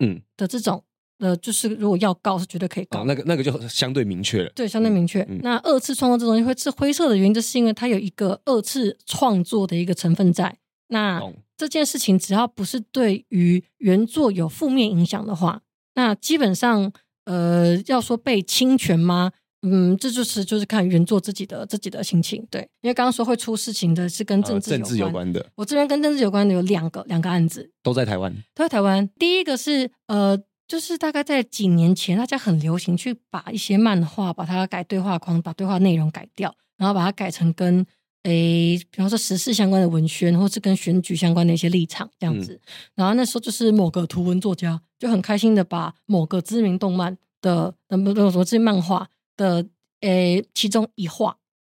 Speaker 2: 嗯
Speaker 1: 的这种，呃，就是如果要告是绝对可以告
Speaker 2: 啊，那个那个就相对明确了，
Speaker 1: 对，相对明确。
Speaker 2: 嗯
Speaker 1: 那二次创作这东西会是灰色的原因，就是因为它有一个二次创作的一个成分在。那
Speaker 2: 懂
Speaker 1: 这件事情只要不是对于原作有负面影响的话，那基本上呃，要说被侵权吗？嗯，这就是就是看原作自己的自己的心情。对，因为刚刚说会出事情的是跟
Speaker 2: 呃
Speaker 1: 政治有
Speaker 2: 政
Speaker 1: 关。
Speaker 2: 治有关的
Speaker 1: 我这边跟政治有关的有两个两个案子，
Speaker 2: 都在台湾，
Speaker 1: 都在台湾。第一个是呃，就是大概在几年前，大家很流行去把一些漫画把它改对话框，把对话内容改掉，然后把它改成跟诶、比方说时事相关的文宣，或是跟选举相关的一些立场这
Speaker 2: 嗯
Speaker 1: 样子。然后那时候就是某个图文作家就很开心的把某个知名动漫的那不不什么知名漫画的诶、其中一画，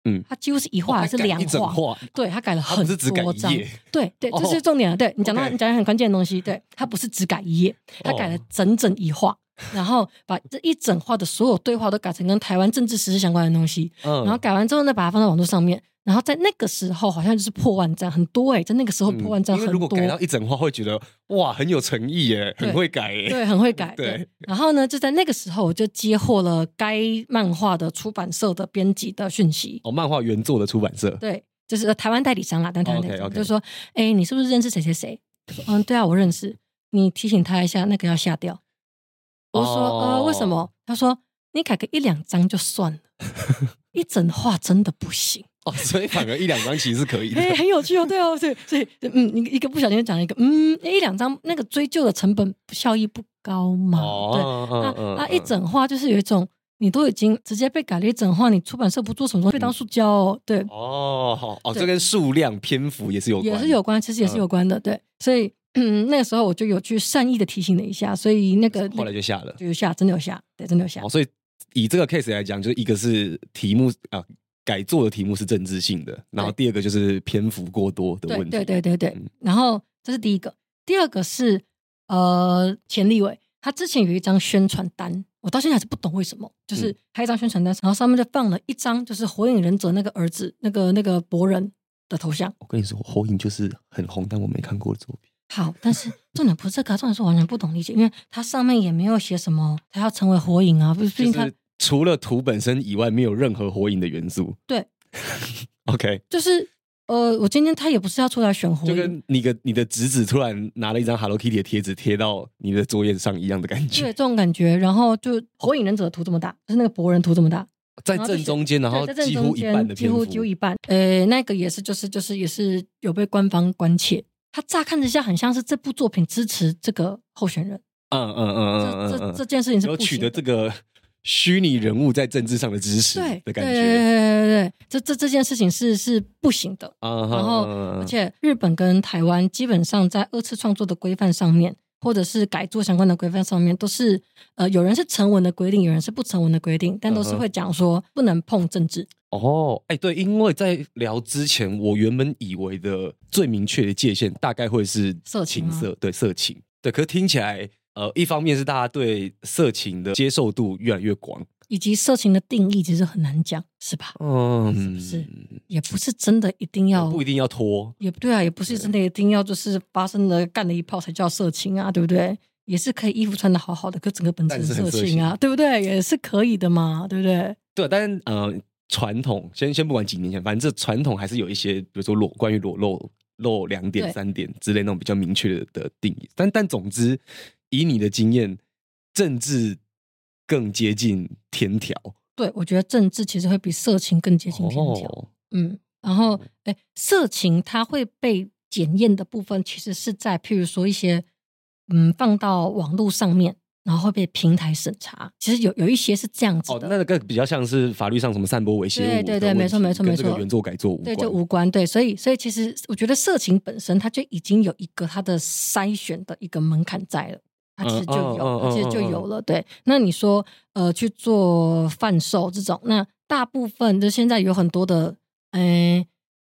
Speaker 2: 嗯
Speaker 1: 它几乎是一画还是
Speaker 2: 他改
Speaker 1: 两
Speaker 2: 一整
Speaker 1: 画？
Speaker 2: 画，
Speaker 1: 对他改了
Speaker 2: 他
Speaker 1: 很
Speaker 2: 不是只改
Speaker 1: 多
Speaker 2: 一
Speaker 1: 章
Speaker 2: 页，
Speaker 1: 对对，
Speaker 2: 哦
Speaker 1: 这是重点了。对你讲到
Speaker 2: OK 哦
Speaker 1: 你讲到很关键的东西，对，它不是只改一页，它改了整整一画。然后把这一整话的所有对话都改成跟台湾政治时事相关的东西，
Speaker 2: 嗯
Speaker 1: 然后改完之后呢，把它放到网络上面。然后在那个时候，好像就是破万赞，很多哎、在那个时候破万赞
Speaker 2: 嗯因为
Speaker 1: 很
Speaker 2: 如果
Speaker 1: 多。
Speaker 2: 改到一整话，会觉得哇，很有诚意耶，
Speaker 1: 对
Speaker 2: 很会改耶。
Speaker 1: 对，很会改。
Speaker 2: 对
Speaker 1: 对，然后呢，就在那个时候，我就接获了该漫画的出版社的编辑的讯息，
Speaker 2: 哦，漫画原作的出版社，
Speaker 1: 对，就是呃台湾代理商啦，但台湾代理商
Speaker 2: 哦 OK，OK
Speaker 1: 就说，哎，你是不是认识谁谁谁？我说嗯，对啊，我认识。你提醒他一下，那个要下掉。我说、呃，为什
Speaker 2: 哦
Speaker 1: 么？他说你改个一两张就算 了，一整话真的不行。
Speaker 2: 哦，所以反而一两张其实是可以的
Speaker 1: 哎、。很有趣哦，对哦，所以所以嗯，你一个不小心就讲了一个嗯，一两张那个追究的成本效益不高嘛，
Speaker 2: 哦，
Speaker 1: 对，
Speaker 2: 嗯
Speaker 1: 那
Speaker 2: 嗯
Speaker 1: 那
Speaker 2: 嗯
Speaker 1: 一整话就是有一种你都已经直接被改了一整话，你出版社不做什么东西被
Speaker 2: 嗯
Speaker 1: 当塑胶哦，对，
Speaker 2: 哦，好哦，
Speaker 1: 对
Speaker 2: 这跟数量篇幅也是有关，
Speaker 1: 也是有关，其
Speaker 2: 嗯
Speaker 1: 实也是有关的，对，所以嗯，那个时候我就有去善意的提醒了一下，所以那个
Speaker 2: 后来就下了。
Speaker 1: 就有下，真的有下，对，真的有下
Speaker 2: 哦，，所以以这个 case 来讲，就是一个是题目啊、改做的题目是政治性的，然后第二个就是篇幅过多的
Speaker 1: 对
Speaker 2: 问题。
Speaker 1: 对对对对
Speaker 2: 嗯，
Speaker 1: 然后这是第一个，第二个是呃钱立伟，他之前有一张宣传单，我到现在还是不懂为什么，就是
Speaker 2: 嗯
Speaker 1: 他一张宣传单，然后上面就放了一张就是火影忍者那个儿子那个那个博人的头像。
Speaker 2: 我跟你说，火影就是很红，但我没看过的作品。
Speaker 1: 好，但 是重点不是这个啊，重点是我完全不懂理解，因为它上面也没有写什么他要成为火影啊，不是，毕竟
Speaker 2: 就
Speaker 1: 他
Speaker 2: 是除了图本身以外，没有任何火影的元素。
Speaker 1: 对
Speaker 2: ，OK，
Speaker 1: 就是呃，我今天他也不是要出来选火
Speaker 2: 就
Speaker 1: 影，
Speaker 2: 跟你的你的侄子突然拿了一张 Hello Kitty 的贴纸贴到你的作业上一样的感
Speaker 1: 对
Speaker 2: 觉，
Speaker 1: 这种感觉，然后就火影忍者的图这么大，就是那个博人图这么大，
Speaker 2: 在
Speaker 1: 然后就
Speaker 2: 正
Speaker 1: 是
Speaker 2: 中间，然后
Speaker 1: 对在正
Speaker 2: 几
Speaker 1: 中
Speaker 2: 乎一半
Speaker 1: 间
Speaker 2: 的
Speaker 1: 几
Speaker 2: 篇
Speaker 1: 乎
Speaker 2: 幅，
Speaker 1: 几乎一半，呃，那个也是就是就是也是有被官方关切，他乍看之下很像是这部作品支持这个候选人，
Speaker 2: 嗯嗯嗯嗯嗯
Speaker 1: 这
Speaker 2: 嗯
Speaker 1: 这
Speaker 2: 嗯，
Speaker 1: 这件事情是
Speaker 2: 有
Speaker 1: 不
Speaker 2: 取
Speaker 1: 行
Speaker 2: 得这个 虚拟人物在政治上的支持
Speaker 1: 对
Speaker 2: 的
Speaker 1: 对对
Speaker 2: 感
Speaker 1: 对
Speaker 2: 觉。
Speaker 1: 对对，这这这件事情是是不行的。
Speaker 2: 然
Speaker 1: 然后，
Speaker 2: 嗯
Speaker 1: 而且日本跟台湾基本上在二次创作的规范上面，或者是改作相关的规范上面，都是呃，有人是成文的规定，有人是不成文的规定，但都
Speaker 2: 嗯
Speaker 1: 是
Speaker 2: 哼
Speaker 1: 会讲说不能碰政治。
Speaker 2: 哦，哎，对，因为在聊之前，我原本以为的最明确的界限大概会是
Speaker 1: 色情
Speaker 2: 情
Speaker 1: 吗
Speaker 2: 色，对色情，对。可是听起来，呃，一方面是大家对色情的接受度越来越广，
Speaker 1: 以及色情的定义其实很难讲，是吧？是
Speaker 2: 嗯，
Speaker 1: 不是也不是真的一定要，
Speaker 2: 不一定要脱，
Speaker 1: 也不对啊，也不是真的一定要就是发生了干了一炮才叫色情啊，对不对？也是可以衣服穿的好好的，可整个本质
Speaker 2: 但是很
Speaker 1: 色
Speaker 2: 色
Speaker 1: 情啊，对不对？也是可以的嘛，对不对？
Speaker 2: 对。但是，呃，传统先先不管几年前，反正这传统还是有一些，比如说裸关于裸露露两点
Speaker 1: 对
Speaker 2: 三点之类那种比较明确的的定义。但但总之，以你的经验，政治更接近天条。
Speaker 1: 对，我觉得政治其实会比色情更接近天条。
Speaker 2: 哦
Speaker 1: 嗯，然后哎，色情它会被检验的部分，其实是在譬如说一些嗯放到网络上面，然后会被平台审查。其实有有一些是这样子
Speaker 2: 哦，
Speaker 1: 的，
Speaker 2: 那个比较像是法律上什么散播猥亵物的问
Speaker 1: 对对
Speaker 2: 题，
Speaker 1: 对没错没错
Speaker 2: 跟
Speaker 1: 没
Speaker 2: 这个
Speaker 1: 错
Speaker 2: 原作改作无关，
Speaker 1: 对，就无关。对，所以所以其实我觉得色情本身它就已经有一个它的筛选的一个门槛在了。它其实就有，
Speaker 2: 嗯嗯嗯
Speaker 1: 它其实
Speaker 2: 嗯
Speaker 1: 就
Speaker 2: 嗯
Speaker 1: 有了。对，那你说呃去做贩售这种，那大部分就现在有很多的，嗯、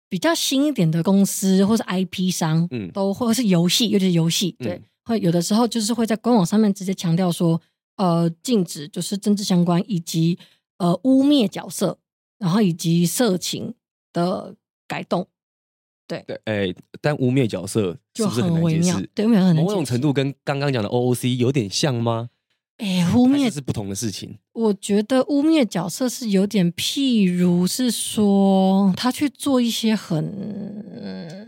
Speaker 1: 比较新一点的公司或是 IP 商，
Speaker 2: 嗯
Speaker 1: 都或者是游戏，尤其是游戏，对，
Speaker 2: 嗯
Speaker 1: 会有的时候就是会在官网上面直接强调说，呃，禁止就是政治相关以及呃污蔑角色，然后以及色情的改动，
Speaker 2: 对，哎，但污蔑角色是
Speaker 1: 就
Speaker 2: 不是很
Speaker 1: 很
Speaker 2: 难
Speaker 1: 微
Speaker 2: 解
Speaker 1: 妙
Speaker 2: 释？，
Speaker 1: 对，微妙很难
Speaker 2: 某
Speaker 1: 解
Speaker 2: 种
Speaker 1: 释
Speaker 2: 程，度跟刚刚讲的 OOC 有点像吗？
Speaker 1: 哎，污
Speaker 2: 还
Speaker 1: 蔑
Speaker 2: 是，是不同的事情？
Speaker 1: 我觉得污蔑角色是有点，譬如是说他去做一些很，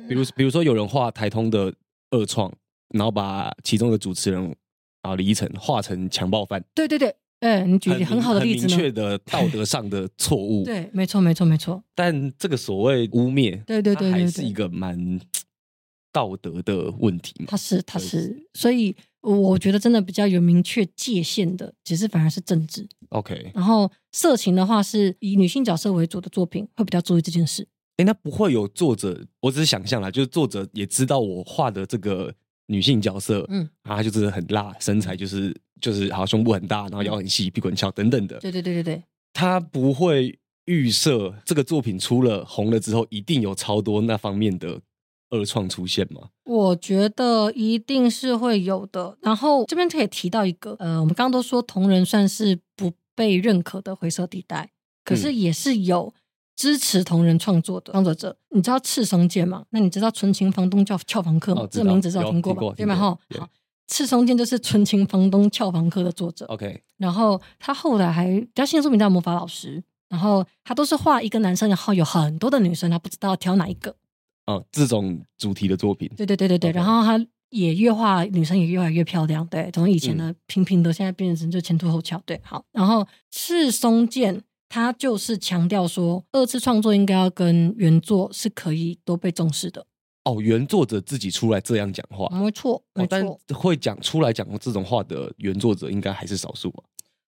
Speaker 2: 比如，比如说有人画台通的恶创，然后把其中的主持人啊李依晨画成强暴犯，
Speaker 1: 对对对，哎，你举一
Speaker 2: 很
Speaker 1: 个很
Speaker 2: 明
Speaker 1: 好的
Speaker 2: 很
Speaker 1: 例子
Speaker 2: 明
Speaker 1: 呢
Speaker 2: 确，的道德上的错误。，
Speaker 1: 对，没错，没错，没错，
Speaker 2: 但这个所谓污蔑，
Speaker 1: 对对
Speaker 2: 它
Speaker 1: 对对
Speaker 2: 还
Speaker 1: 对，
Speaker 2: 是一个蛮道德的问题嘛。
Speaker 1: 他是他
Speaker 2: 对
Speaker 1: 是，所以我觉得真的比较有明确界限的，其实反而是政治。
Speaker 2: OK，
Speaker 1: 然后色情的话，是以女性角色为主的作品会比较注意这件事。
Speaker 2: 哎，那不会有作者，我只是想象啦，就是作者也知道我画的这个女性角色，嗯
Speaker 1: 嗯，
Speaker 2: 她就是很辣，身材就是就是好胸部很大，然
Speaker 1: 嗯
Speaker 2: 后腰很细，屁股很翘等等的，
Speaker 1: 对对对对对，
Speaker 2: 他不会预设这个作品出了红了之后，一定有超多那方面的二创出现吗？
Speaker 1: 我觉得一定是会有的。然后这边可以提到一个，呃，我们刚刚都说同人算是不被认可的灰色地带，可
Speaker 2: 嗯
Speaker 1: 是也是有支持同人创作的创作者。你知道赤松健吗？那你知道纯情房东叫俏房客吗？
Speaker 2: 哦知
Speaker 1: 这
Speaker 2: 道
Speaker 1: 个名字知道
Speaker 2: 有
Speaker 1: 听过
Speaker 2: 听过
Speaker 1: 吧？
Speaker 2: 听
Speaker 1: 对吗？
Speaker 2: 过
Speaker 1: 哈，
Speaker 2: 对
Speaker 1: 好，赤松健就是纯情房东俏房客的作者。
Speaker 2: OK，
Speaker 1: 然后他后来还比较新的作品叫《魔法老师》，然后他都是画一个男生，然后有很多的女生，他不知道挑哪一个。
Speaker 2: 哦，这种主题的作品，
Speaker 1: 对对对对对，
Speaker 2: OK
Speaker 1: 然后他也越画女生也越来越漂亮，对，从以
Speaker 2: 嗯
Speaker 1: 前的平平的，现在变成就前凸后翘，对，好。然后赤松健他就是强调说，二次创作应该要跟原作是可以都被重视的，
Speaker 2: 哦，原作者自己出来这样讲话，
Speaker 1: 没错，
Speaker 2: 哦
Speaker 1: 没
Speaker 2: 但
Speaker 1: 错。
Speaker 2: 会讲出来讲这种话的原作者应该还是少数啊吧？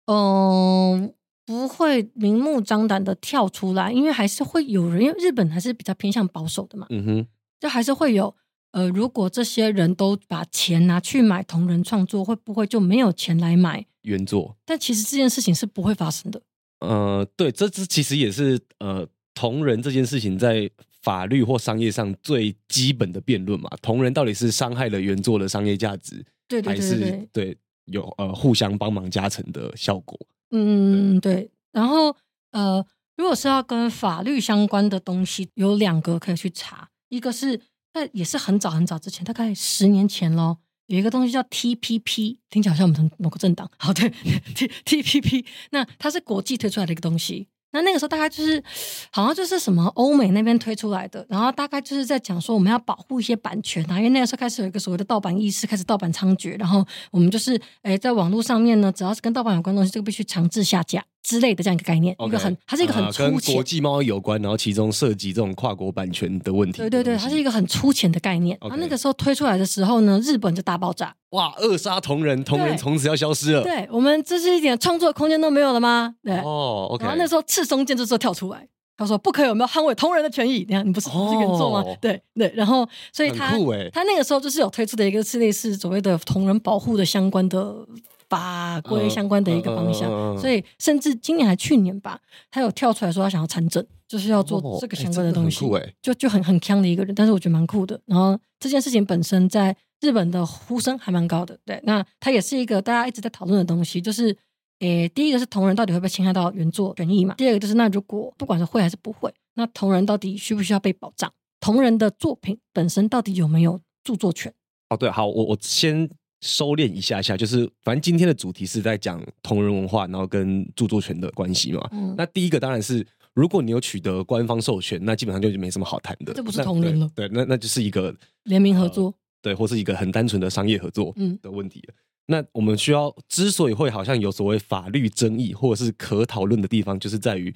Speaker 1: 嗯，不会明目张胆的跳出来，因为还是会有人，因为日本还是比较偏向保守的嘛，
Speaker 2: 嗯哼，
Speaker 1: 就还是会有。呃，如果这些人都把钱拿去买同人创作，会不会就没有钱来买？
Speaker 2: 原作，
Speaker 1: 但其实这件事情是不会发生的。
Speaker 2: 呃，对，这这其实也是呃，同人这件事情在法律或商业上最基本的辩论嘛，同人到底是伤害了原作的商业价值，
Speaker 1: 对对
Speaker 2: 还
Speaker 1: 对对
Speaker 2: 是
Speaker 1: 对，
Speaker 2: 对有呃互相帮忙加成的效果？
Speaker 1: 嗯对。然后呃，如果是要跟法律相关的东西，有两个可以去查，一个是那也是很早很早之前，大概十年前咯，有一个东西叫 TPP，听起来好像我们某个政党。 好，对 T TPP，那它是国际推出来的一个东西。那那个时候大概就是，好像就是什么欧美那边推出来的，然后大概就是在讲说我们要保护一些版权啊，因为那个时候开始有一个所谓的盗版意识，开始盗版猖獗，然后我们就是诶在网络上面呢，只要是跟盗版有关的东西，这个必须强制下架之类的这样一个概念一
Speaker 2: OK，
Speaker 1: 个很它是一个很
Speaker 2: 呃
Speaker 1: 粗
Speaker 2: 跟
Speaker 1: 浅，
Speaker 2: 国际贸易有关，然后其中涉及这种跨国版权的问题的
Speaker 1: 对
Speaker 2: 东
Speaker 1: 对
Speaker 2: 西。
Speaker 1: 对，它是一个很粗浅的概念。然后
Speaker 2: OK
Speaker 1: 那个时候推出来的时候呢，日本就大爆炸，
Speaker 2: 哇，扼杀同人，同人
Speaker 1: 对
Speaker 2: 从此要消 失了。
Speaker 1: 对我们这是一点创作空间都没有了吗？对，
Speaker 2: 哦，OK，
Speaker 1: 然后那时候赤松健就说跳出来，他说不可以，有没有捍卫同人的权益？你看你不是
Speaker 2: 哦
Speaker 1: 不是原作吗？对对，然后所以他
Speaker 2: 很酷欸
Speaker 1: 他那个时候就是有推出的一个是类似所谓的同人保护的相关的法规
Speaker 2: 嗯
Speaker 1: 相关的一个方向，
Speaker 2: 嗯嗯嗯嗯
Speaker 1: 所以甚至今年还去年吧，他有跳出来说他想要参政，就是要
Speaker 2: 哦
Speaker 1: 做这个
Speaker 2: 欸
Speaker 1: 相关的
Speaker 2: 真的很
Speaker 1: 东西，
Speaker 2: 酷欸
Speaker 1: 就就很很强的一个人，但是我觉得蛮酷的。然后这件事情本身在日本的呼声还蛮高的，对，那它也是一个大家一直在讨论的东西，就是。诶，第一个是同人到底会不会侵害到原作权益嘛？第二个就是，那如果不管是会还是不会，那同人到底需不需要被保障？同人的作品本身到底有没有著作权？
Speaker 2: 哦，对，好，我我先收敛一下下，就是反正今天的主题是在讲同人文化，然后跟著作权的关系嘛。
Speaker 1: 嗯，
Speaker 2: 那第一个当然是，如果你有取得官方授权，那基本上就没什么好谈的。
Speaker 1: 这不是
Speaker 2: 那
Speaker 1: 同人
Speaker 2: 对
Speaker 1: 了
Speaker 2: 对，那那就是一个
Speaker 1: 联名
Speaker 2: 呃
Speaker 1: 合作，
Speaker 2: 对，或是一个很单纯的商业合作
Speaker 1: 嗯
Speaker 2: 的问题。那我们需要之所以会好像有所谓法律争议，或者是可讨论的地方，就是在于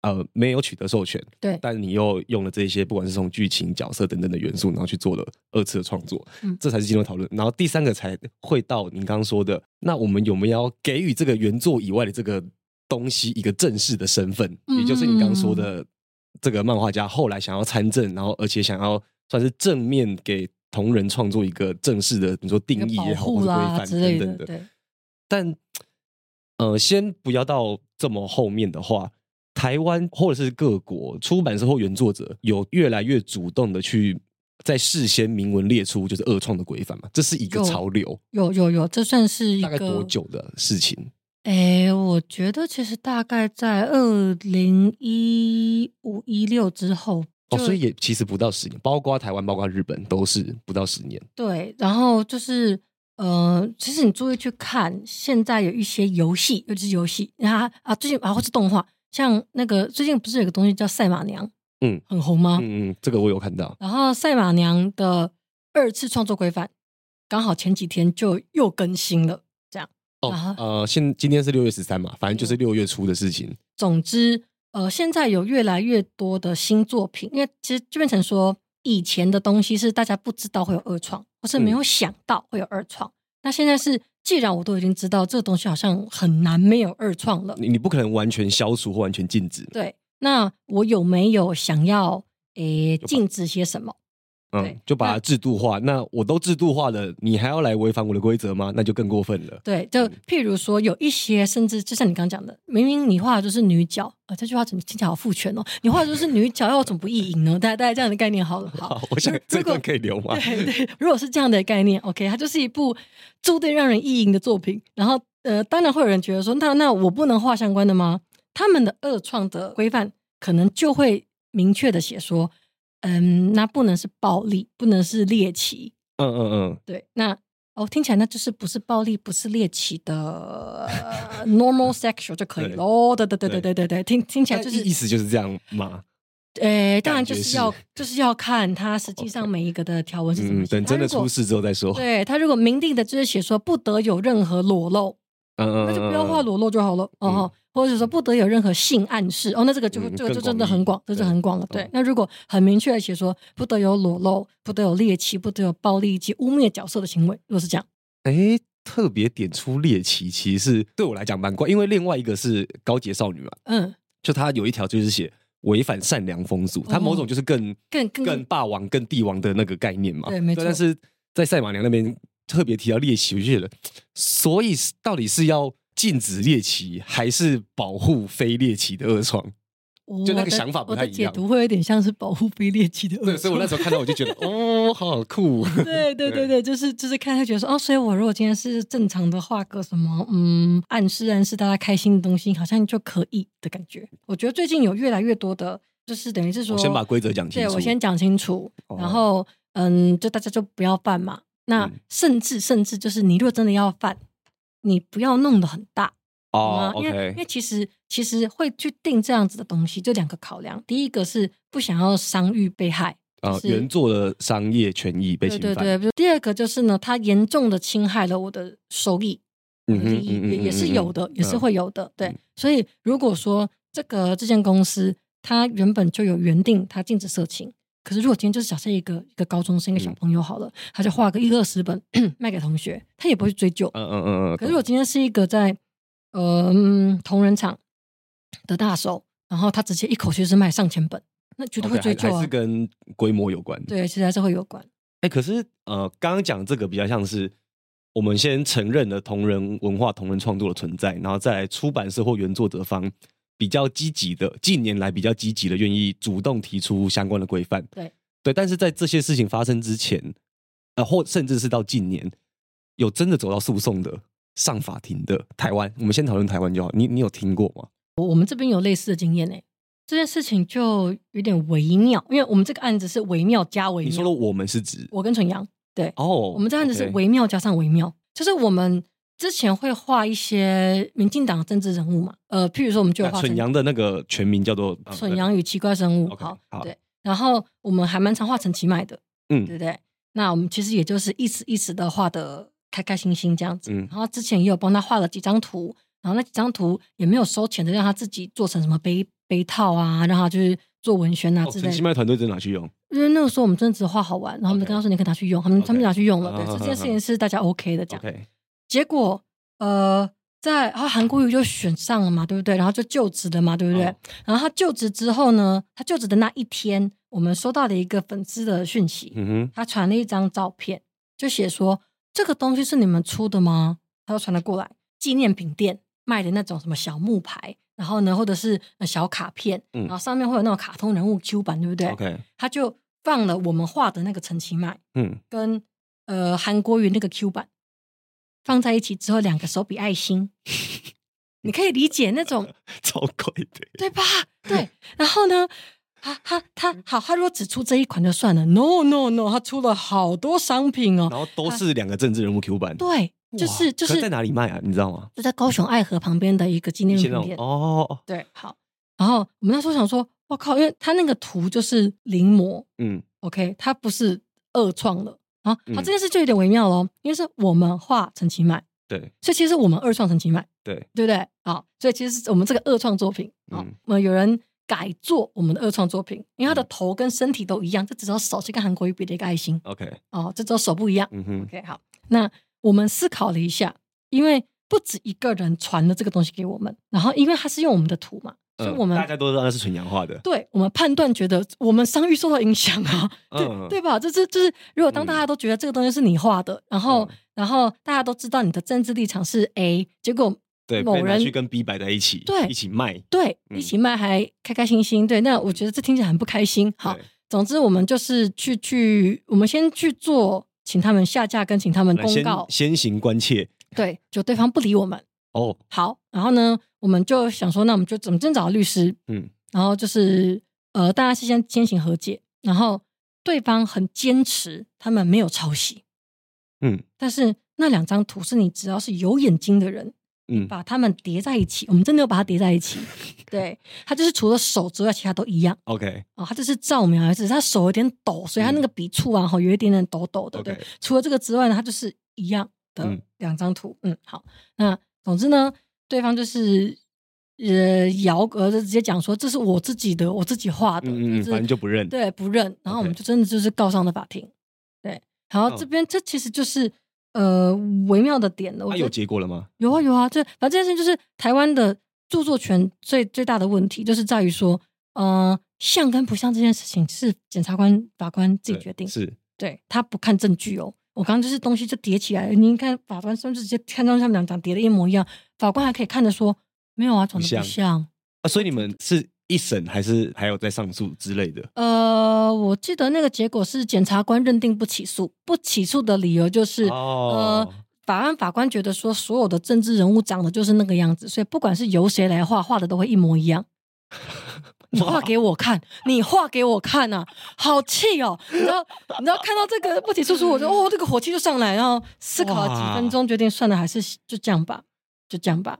Speaker 2: 呃没有取得授权，
Speaker 1: 对
Speaker 2: 但你又用了这些不管是从剧情、角色等等的元素，然后去做了二次的创作，
Speaker 1: 嗯
Speaker 2: 这才是进入讨论。然后第三个才会到您刚刚说的，那我们有没有要给予这个原作以外的这个东西一个正式的身份，
Speaker 1: 嗯
Speaker 2: 也就是你刚刚说的这个漫画家后来想要参政，然后而且想要算是正面给同人创作一个正式的，你说
Speaker 1: 一个
Speaker 2: 定义
Speaker 1: 保
Speaker 2: 也好，或
Speaker 1: 护
Speaker 2: 者
Speaker 1: 啦
Speaker 2: 规范
Speaker 1: 之类
Speaker 2: 等
Speaker 1: 的，
Speaker 2: 等的。
Speaker 1: 对，
Speaker 2: 但呃，先不要到这么后面的话，台湾或者是各国出版社或原作者有越来越主动的去在事先明文列出就是恶创的规范嘛，这是一个
Speaker 1: 有
Speaker 2: 潮流，
Speaker 1: 有有有，这算是一
Speaker 2: 大概
Speaker 1: 个
Speaker 2: 多久的事情？
Speaker 1: 诶，我觉得其实大概在二零一五一六之后，就
Speaker 2: 哦，所以也其实不到十年，包括台湾，包括日本都是不到十年。
Speaker 1: 对，然后就是呃，其实你注意去看，现在有一些游戏，尤其是游戏，啊啊，最近啊或是动画，像那个最近不是有个东西叫赛马娘，
Speaker 2: 嗯，
Speaker 1: 很红吗？
Speaker 2: 嗯嗯，这个我有看到。
Speaker 1: 然后赛马娘的二次创作规范，刚好前几天就又更新了。
Speaker 2: 哦
Speaker 1: 啊，
Speaker 2: 呃，现今天是六月十三嘛，反正就是六月初的事情。
Speaker 1: 总之，呃，现在有越来越多的新作品，因为其实就变成说，以前的东西是大家不知道会有二创，或是没有想到会有二创。那现在是，既然我都已经知道这个东西好像很难没有二创了，
Speaker 2: 你你不可能完全消除或完全禁止。
Speaker 1: 对，那我有没有想要诶
Speaker 2: 把
Speaker 1: 禁止些什么？
Speaker 2: 嗯
Speaker 1: 对，
Speaker 2: 就把它制度化。那我都制度化了，你还要来违反我的规则吗？那就更过分了。
Speaker 1: 对，就譬如说有一些，甚至就像你刚刚讲的，明明你画的就是女角，啊、这句话怎么听起来好父权哦？你画的就是女角，要怎么不意淫呢？大家大家这样的概念好了，好
Speaker 2: 好，，我想
Speaker 1: 哦如
Speaker 2: 这
Speaker 1: 如果
Speaker 2: 段可以留吗？
Speaker 1: 对对，如果是这样的概念，OK，它就是一部注定让人意淫的作品。然后，呃，当然会有人觉得说，那那我不能画相关的吗？他们的二创的规范可能就会明确的写说，嗯，那不能是暴力，不能是猎奇，
Speaker 2: 嗯嗯嗯，
Speaker 1: 对，那哦，听起来那就是不是暴力，不是猎奇的、呃 normal sexual 就可以
Speaker 2: 对
Speaker 1: 喽。对对对对
Speaker 2: 对
Speaker 1: 对对对，听听起来
Speaker 2: 那
Speaker 1: 就是
Speaker 2: 意意，思就是这样嘛。
Speaker 1: 呃，当
Speaker 2: 感
Speaker 1: 然就
Speaker 2: 觉是
Speaker 1: 是要就是要看它实际上每一个的条文是怎么
Speaker 2: 嗯，
Speaker 1: 写。
Speaker 2: 等
Speaker 1: 它
Speaker 2: 真的
Speaker 1: 如果
Speaker 2: 出事之后再说。
Speaker 1: 对他如果明定的就是写说不得有任何裸露，
Speaker 2: 嗯嗯，
Speaker 1: 那就不要画
Speaker 2: 嗯。
Speaker 1: 裸露就好了哦吼，或者是说不得有任何性暗示哦，那这个就
Speaker 2: 嗯
Speaker 1: 这个就
Speaker 2: 更
Speaker 1: 真的
Speaker 2: 广义
Speaker 1: 很广，这就
Speaker 2: 对
Speaker 1: 很广了。对
Speaker 2: 嗯，
Speaker 1: 那如果很明确的写说不得有裸露，不得有猎奇，不得有暴力以及污蔑角色的行为，如果是这样。
Speaker 2: 哎，特别点出猎奇，其实是对我来讲蛮怪，因为另外一个是高洁少女嘛，
Speaker 1: 嗯，
Speaker 2: 就她有一条就是写违反善良风俗，她某种就是更
Speaker 1: 哦更更
Speaker 2: 更霸王、更帝王的那个概念嘛。
Speaker 1: 对没错
Speaker 2: 但是在赛马娘那边特别提到猎奇，我就觉得，所以是到底是要禁止猎奇，还是保护非猎奇的恶创？就那个
Speaker 1: 我的
Speaker 2: 想法不太
Speaker 1: 我的
Speaker 2: 一样
Speaker 1: 解读会有点像是保护非猎奇的恶
Speaker 2: 对，所以我那时候看到我 就觉得，哦，好酷。
Speaker 1: 对对对对，就是就是看他觉得说，哦，所以我如果今天是正常的画个什么，嗯，暗示暗示大家开心的东西，好像就可以的感觉。我觉得最近有越来越多的，就是等于是说，
Speaker 2: 我先把规则讲清
Speaker 1: 对
Speaker 2: 楚。
Speaker 1: 我先讲清楚，
Speaker 2: 哦
Speaker 1: 然后嗯，就大家就不要犯嘛。那
Speaker 2: 嗯
Speaker 1: 甚至甚至就是，你如果真的要犯，你不要弄得很大，懂
Speaker 2: 哦
Speaker 1: 吗？因为因为其实其实会去定这样子的东西，就两个考量，第一个是不想要伤愈被害，
Speaker 2: 啊，
Speaker 1: 是
Speaker 2: 原作的商业权益被
Speaker 1: 对
Speaker 2: 侵
Speaker 1: 对
Speaker 2: 犯，
Speaker 1: 对；比如第二个就是呢，它严重的侵害了我的收益，
Speaker 2: 嗯
Speaker 1: 利
Speaker 2: 哼，
Speaker 1: 益
Speaker 2: 嗯嗯
Speaker 1: 也
Speaker 2: 嗯
Speaker 1: 也是
Speaker 2: 嗯
Speaker 1: 有的，也是
Speaker 2: 嗯
Speaker 1: 会有的。对
Speaker 2: 嗯，
Speaker 1: 所以如果说这个这间公司它原本就有原定它禁止色情，可是如果今天就是假设一个一个高中生
Speaker 2: 嗯
Speaker 1: 一个小朋友好了，他就画个一二十本卖给同学，他也不会去追究。
Speaker 2: 嗯嗯嗯嗯。
Speaker 1: 可是我今天是一个在呃嗯同人场的大手，然后他直接一口气是卖上千本，那绝对会
Speaker 2: OK，
Speaker 1: 追
Speaker 2: 还
Speaker 1: 究
Speaker 2: 还
Speaker 1: 啊
Speaker 2: 是。跟规模有关。，
Speaker 1: 对，其实还是会有关。
Speaker 2: 哎，可是呃，刚刚讲这个比较像是我们先承认了同人文化、同人创作的存在，然后再来出版社或原作者方比较积极的，近年来比较积极的愿意主动提出相关的规范。
Speaker 1: 对
Speaker 2: 对，但是在这些事情发生之前，呃，或甚至是到近年，有真的走到诉讼的。上法庭的台湾，我们先讨论台湾就好。你你有听过吗？
Speaker 1: 我我们这边有类似的经验呢、欸这件事情就有点微妙，因为我们这个案子是微妙加微
Speaker 2: 你
Speaker 1: 妙。
Speaker 2: 说的我们是指
Speaker 1: 我跟纯阳，对，
Speaker 2: 哦，
Speaker 1: 我们这案子是
Speaker 2: OK
Speaker 1: 微妙加上微妙，就是我们之前会画一些民进党的政治人物嘛，呃，譬如说我们就有
Speaker 2: 那
Speaker 1: 画
Speaker 2: 蠢
Speaker 1: 成
Speaker 2: 羊的那个全名叫做呃
Speaker 1: 蠢，羊与奇怪生物，
Speaker 2: OK，
Speaker 1: 好
Speaker 2: 好，
Speaker 1: 对，然后我们还蛮常画陈其迈的，
Speaker 2: 嗯
Speaker 1: 对不对？那我们其实也就是一时一时的画的开开心心这样子，
Speaker 2: 嗯
Speaker 1: 然后之前也有帮他画了几张图，然后那几张图也没有收钱的，让他自己做成什么杯杯套啊，让他就是做文宣啊
Speaker 2: 哦
Speaker 1: 之
Speaker 2: 陈
Speaker 1: 类的
Speaker 2: 其。迈团队真的拿去用，
Speaker 1: 因为那个时候我们真的只画好玩，然后我们就
Speaker 2: OK 啊
Speaker 1: 跟他说你可以拿去用，他们他们
Speaker 2: OK
Speaker 1: 拿去用了，
Speaker 2: 好
Speaker 1: 对，
Speaker 2: 好
Speaker 1: 这
Speaker 2: 好
Speaker 1: 件事情是大家 OK 的这样。
Speaker 2: OK，
Speaker 1: 结果呃，在然后韩国瑜就选上了嘛，对不对？然后就就职了嘛，对不对？
Speaker 2: 嗯
Speaker 1: 然后他就职之后呢，他就职的那一天，我们收到了一个粉丝的讯息，
Speaker 2: 嗯哼，
Speaker 1: 他传了一张照片，就写说这个东西是你们出的吗？他就传了过来，纪念品店卖的那种什么小木牌，然后呢，或者是呃小卡片，
Speaker 2: 嗯
Speaker 1: 然后上面会有那种卡通人物 Q 版，对不对
Speaker 2: OK，
Speaker 1: 他就放了我们画的那个陈其迈
Speaker 2: 嗯，
Speaker 1: 跟呃韩国语那个 Q 版放在一起之后，两个手比爱 心，你可以理解那种
Speaker 2: 超贵的，
Speaker 1: 对吧？ 对，然后呢？他他他好，他如果只出这一款就算了，no no no，他出了好多商品哦。
Speaker 2: 然后都是两个政治人物 Q 版，
Speaker 1: 对，就
Speaker 2: 哇
Speaker 1: 是就
Speaker 2: 可
Speaker 1: 是
Speaker 2: 在哪里卖啊？你知道吗？
Speaker 1: 就在高雄爱河旁边的一个纪念
Speaker 2: 一些
Speaker 1: 品
Speaker 2: 那种
Speaker 1: 店。
Speaker 2: 哦，
Speaker 1: 对，好。然后我们那时候想说，我靠，因为他那个图就是临摹，
Speaker 2: 嗯
Speaker 1: OK，它不是二创的啊。好，
Speaker 2: 嗯
Speaker 1: 这件事就有点微妙喽，因为是我们画陈其迈，
Speaker 2: 对
Speaker 1: 所以其实是我们二创陈其迈，
Speaker 2: 对，
Speaker 1: 对不对？好，所以其实是我们这个二创作品啊
Speaker 2: 嗯，
Speaker 1: 我们、有人改做我们的二创作品，因为他的头跟身体都一样，这只有手去跟韩国瑜比的一个爱心
Speaker 2: OK，
Speaker 1: 哦，这只有手不一样。
Speaker 2: 嗯哼，
Speaker 1: OK，好，那我们思考了一下，因为不止一个人传了这个东西给我们，然后因为他是用我们的图嘛，所以
Speaker 2: 嗯
Speaker 1: 我们
Speaker 2: 大家都知道那是纯氧化的，
Speaker 1: 对我们判断觉得我们商誉受到影响啊，
Speaker 2: 嗯
Speaker 1: 对对吧？这是就是，如果当大家都觉得这个东西是你画的，然后、
Speaker 2: 嗯
Speaker 1: 然后大家都知道你的政治立场是 A，结果
Speaker 2: 对，
Speaker 1: 某
Speaker 2: 被拿
Speaker 1: 人
Speaker 2: 去跟 B 摆在一起，
Speaker 1: 对
Speaker 2: 一起卖，
Speaker 1: 对
Speaker 2: 嗯
Speaker 1: 一起卖还开开心心，对，那我觉得这听起来很不开心。好
Speaker 2: 对，，
Speaker 1: 总之我们就是去去，我们先去做，请他们下架跟请他们
Speaker 2: 来
Speaker 1: 公
Speaker 2: 先
Speaker 1: 告，
Speaker 2: 先行关切
Speaker 1: 对，就对方不理我们。
Speaker 2: 哦，
Speaker 1: 好，然后呢，我们就想说，那我们就怎么正找律师，
Speaker 2: 嗯，
Speaker 1: 然后就是呃，大家是先先行和解，然后对方很坚持他们没有抄袭，
Speaker 2: 嗯
Speaker 1: 但是那两张图是你只要是有眼睛的人
Speaker 2: 嗯，
Speaker 1: 把它们叠在一起，我们真的有把它叠在一起，对，它就是除了手之外，其他都一样
Speaker 2: OK
Speaker 1: 哦，它就是照明而已，只是它手有点抖，所以它那个笔触啊，吼有一点点抖抖的，对
Speaker 2: 嗯 OK，
Speaker 1: 除了这个之外呢，它就是一样的
Speaker 2: 嗯
Speaker 1: 两张图。嗯好，那总之呢，对方就是呃摇呃就直接讲说这是我自己的，我自己画的，
Speaker 2: 嗯嗯嗯，
Speaker 1: 就是
Speaker 2: 反正就不认，
Speaker 1: 对不认，然后我们
Speaker 2: OK
Speaker 1: 就真的就是告上了法庭。对，然后这
Speaker 2: 嗯
Speaker 1: 边、这其实就是呃微妙的点了，我
Speaker 2: 他
Speaker 1: 觉
Speaker 2: 啊有
Speaker 1: 得
Speaker 2: 结果了吗？
Speaker 1: 有啊有啊，这反正这件事就是台湾的著作权最最大的问题，就是在于说，呃，像跟不像这件事情是检察官法官自己
Speaker 2: 对
Speaker 1: 决定，
Speaker 2: 是
Speaker 1: 对他不看证据哦。我刚刚就是东西就叠起来了，你看法官甚至直接看到他们两张叠的一模一样，法官还可以看着说没有啊，长得
Speaker 2: 像
Speaker 1: 不像。
Speaker 2: 啊，所以你们是一审还是还有在上诉之类的？
Speaker 1: 呃，我记得那个结果是检察官认定不起诉，不起诉的理由就是、
Speaker 2: 哦
Speaker 1: 呃，法案法官觉得说所有的政治人物长得就是那个样子，所以不管是由谁来画，画的都会一模 一样。你画给我看，你画给我看啊，好气哦！你知道，你知道看到这个不起诉书，我就哦，这个火气就上来，然后思考了几分钟，决定算了，还是就这样吧，就这样吧。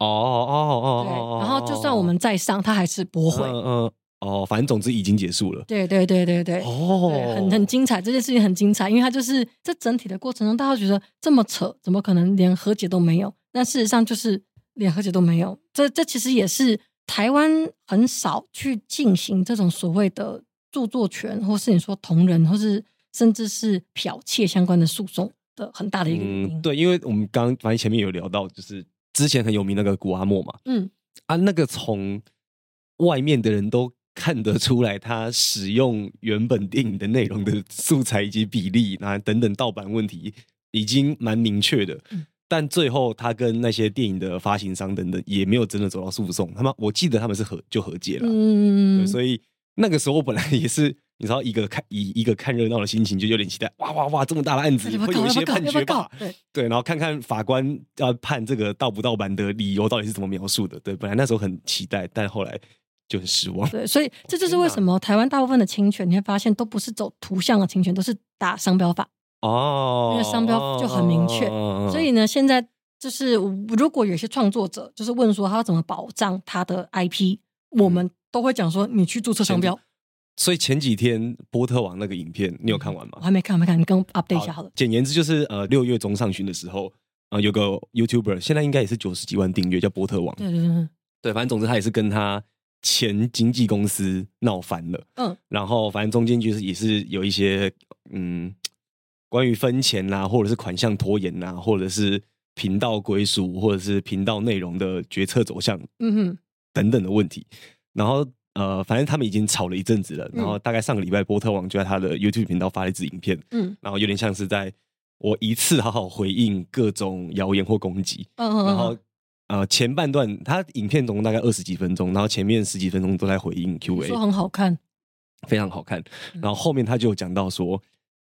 Speaker 2: 哦哦
Speaker 1: 对，
Speaker 2: 哦哦，
Speaker 1: 然后就算我们再上，他还是驳回。
Speaker 2: 嗯嗯哦，反正总之已经结束了。
Speaker 1: 对对对对对，
Speaker 2: 哦
Speaker 1: 对，，很很精彩，这件事情很精彩，因为它就是这整体的过程中，大家觉得这么扯，怎么可能连和解都没有？但事实上就是连和解都没有。这这其实也是台湾很少去进行这种所谓的著作权，或是你说同人，或是甚至是剽窃相关的诉讼的很大的一个原因。
Speaker 2: 嗯，对，因为我们刚反正前面有聊到，就是之前很有名那个古阿莫嘛，
Speaker 1: 嗯，
Speaker 2: 啊，那个从外面的人都看得出来，他使用原本电影的内容的素材以及比例，那等等盗版问题，已经蛮明确的。
Speaker 1: 嗯
Speaker 2: 但最后，他跟那些电影的发行商等等也没有真的走到诉讼，他们我记得他们是和就和解了。对，
Speaker 1: 嗯，
Speaker 2: 所以那个时候我本来也是，你知道，一个看以一个看热闹的心情，就有点期待，哇哇哇，这么大的案子
Speaker 1: 要不要告？
Speaker 2: 会有一
Speaker 1: 要不
Speaker 2: 些
Speaker 1: 要告？
Speaker 2: 判
Speaker 1: 要不
Speaker 2: 决
Speaker 1: 要
Speaker 2: 吧
Speaker 1: 告？？对，
Speaker 2: 对，然后看看法官要判这个盗不盗版的理由到底是怎么描述的。对，本来那时候很期待，但后来就很失 望。
Speaker 1: 对，所以这就是为什么台湾大部分的侵权，你会发现都不是走图像的侵权，都是打商标法。因
Speaker 2: 哦
Speaker 1: 为商标就很明确所以呢，现在就是如果有些创作者就是问说他要怎么保障他的 IP，我们都会讲说你去注册商标。
Speaker 2: 所以前几天波特王那个影片，你有看完吗
Speaker 1: 我？还没看，我还没看，你跟我 update 一下好了。
Speaker 2: 简言之，就是呃，六月中上旬的时候，呃，有个 YouTuber，现在应该也是九十几万订阅，叫波特王。
Speaker 1: 对对对，对
Speaker 2: 对，反正总之他也是跟他前经纪公司闹翻了。
Speaker 1: 嗯，
Speaker 2: 然后反正中间就是也是有一些嗯，关于分钱啦、或者是款项拖延啦、或者是频道归属，或者是频道内容的决策走向
Speaker 1: 嗯哼，
Speaker 2: 等等的问题。然后呃，反正他们已经吵了一阵子了。
Speaker 1: 嗯
Speaker 2: 然后大概上个礼拜，波特王就在他的 YouTube 频道发了一支影片，
Speaker 1: 嗯
Speaker 2: 然后有点像是在我一次好好回应各种谣言或攻击。
Speaker 1: 嗯嗯，
Speaker 2: 然
Speaker 1: 嗯
Speaker 2: 后呃，前半段他影片总共大概二十几分钟，然后前面十几分钟都在回应
Speaker 1: 嗯
Speaker 2: Q&A，
Speaker 1: 说很好看，
Speaker 2: 非常好看。
Speaker 1: 嗯
Speaker 2: 然后后面他就有讲到说，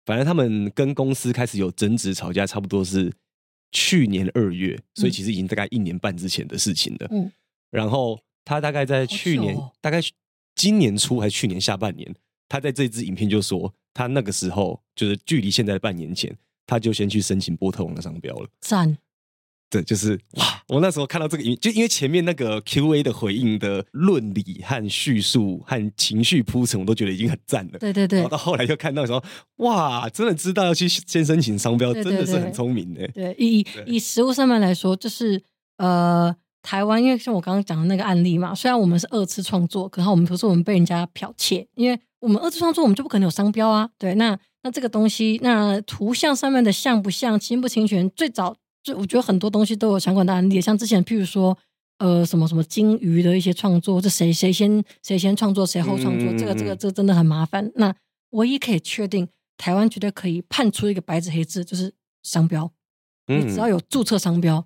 Speaker 2: 反正他们跟公司开始有争执吵架，差不多是去年二月，所以其实已经大概一年半之前的事情了。
Speaker 1: 嗯
Speaker 2: 然后他大概在去年，
Speaker 1: 好久哦
Speaker 2: 大概今年初还是去年下半年，他在这支影片就说，他那个时候就是距离现在的半年前，他就先去申请波特王的商标了。
Speaker 1: 赞，
Speaker 2: 对，就是哇！我那时候看到这个影，就因为前面那个 Q&A 的回应的论理和叙述和情绪铺陈，我都觉得已经很赞了。
Speaker 1: 对对
Speaker 2: 然
Speaker 1: 对
Speaker 2: 后到后来又看到说，哇，真的知道要去先申请商标，
Speaker 1: 对
Speaker 2: 真
Speaker 1: 对
Speaker 2: 的是
Speaker 1: 对
Speaker 2: 很聪明的。
Speaker 1: 对，以以
Speaker 2: 对
Speaker 1: 以实物上面来说，就是呃。台湾，因为像我刚刚讲的那个案例嘛，虽然我们是二次创作，可是我们可是我们被人家剽窃，因为我们二次创作，我们就不可能有商标啊。对，那那这个东西，那图像上面的像不像、侵不侵权，最早就我觉得很多东西都有相关的案例，像之前譬如说，呃什么什么鲸鱼的一些创作，这谁谁先谁先创作，谁后创作，
Speaker 2: 嗯
Speaker 1: 这个这
Speaker 2: 嗯
Speaker 1: 个
Speaker 2: 嗯
Speaker 1: 这个真的很麻烦。那唯一可以确定，台湾绝对可以判出一个白纸黑字，就是商标。
Speaker 2: 嗯
Speaker 1: 你只要有注册商标，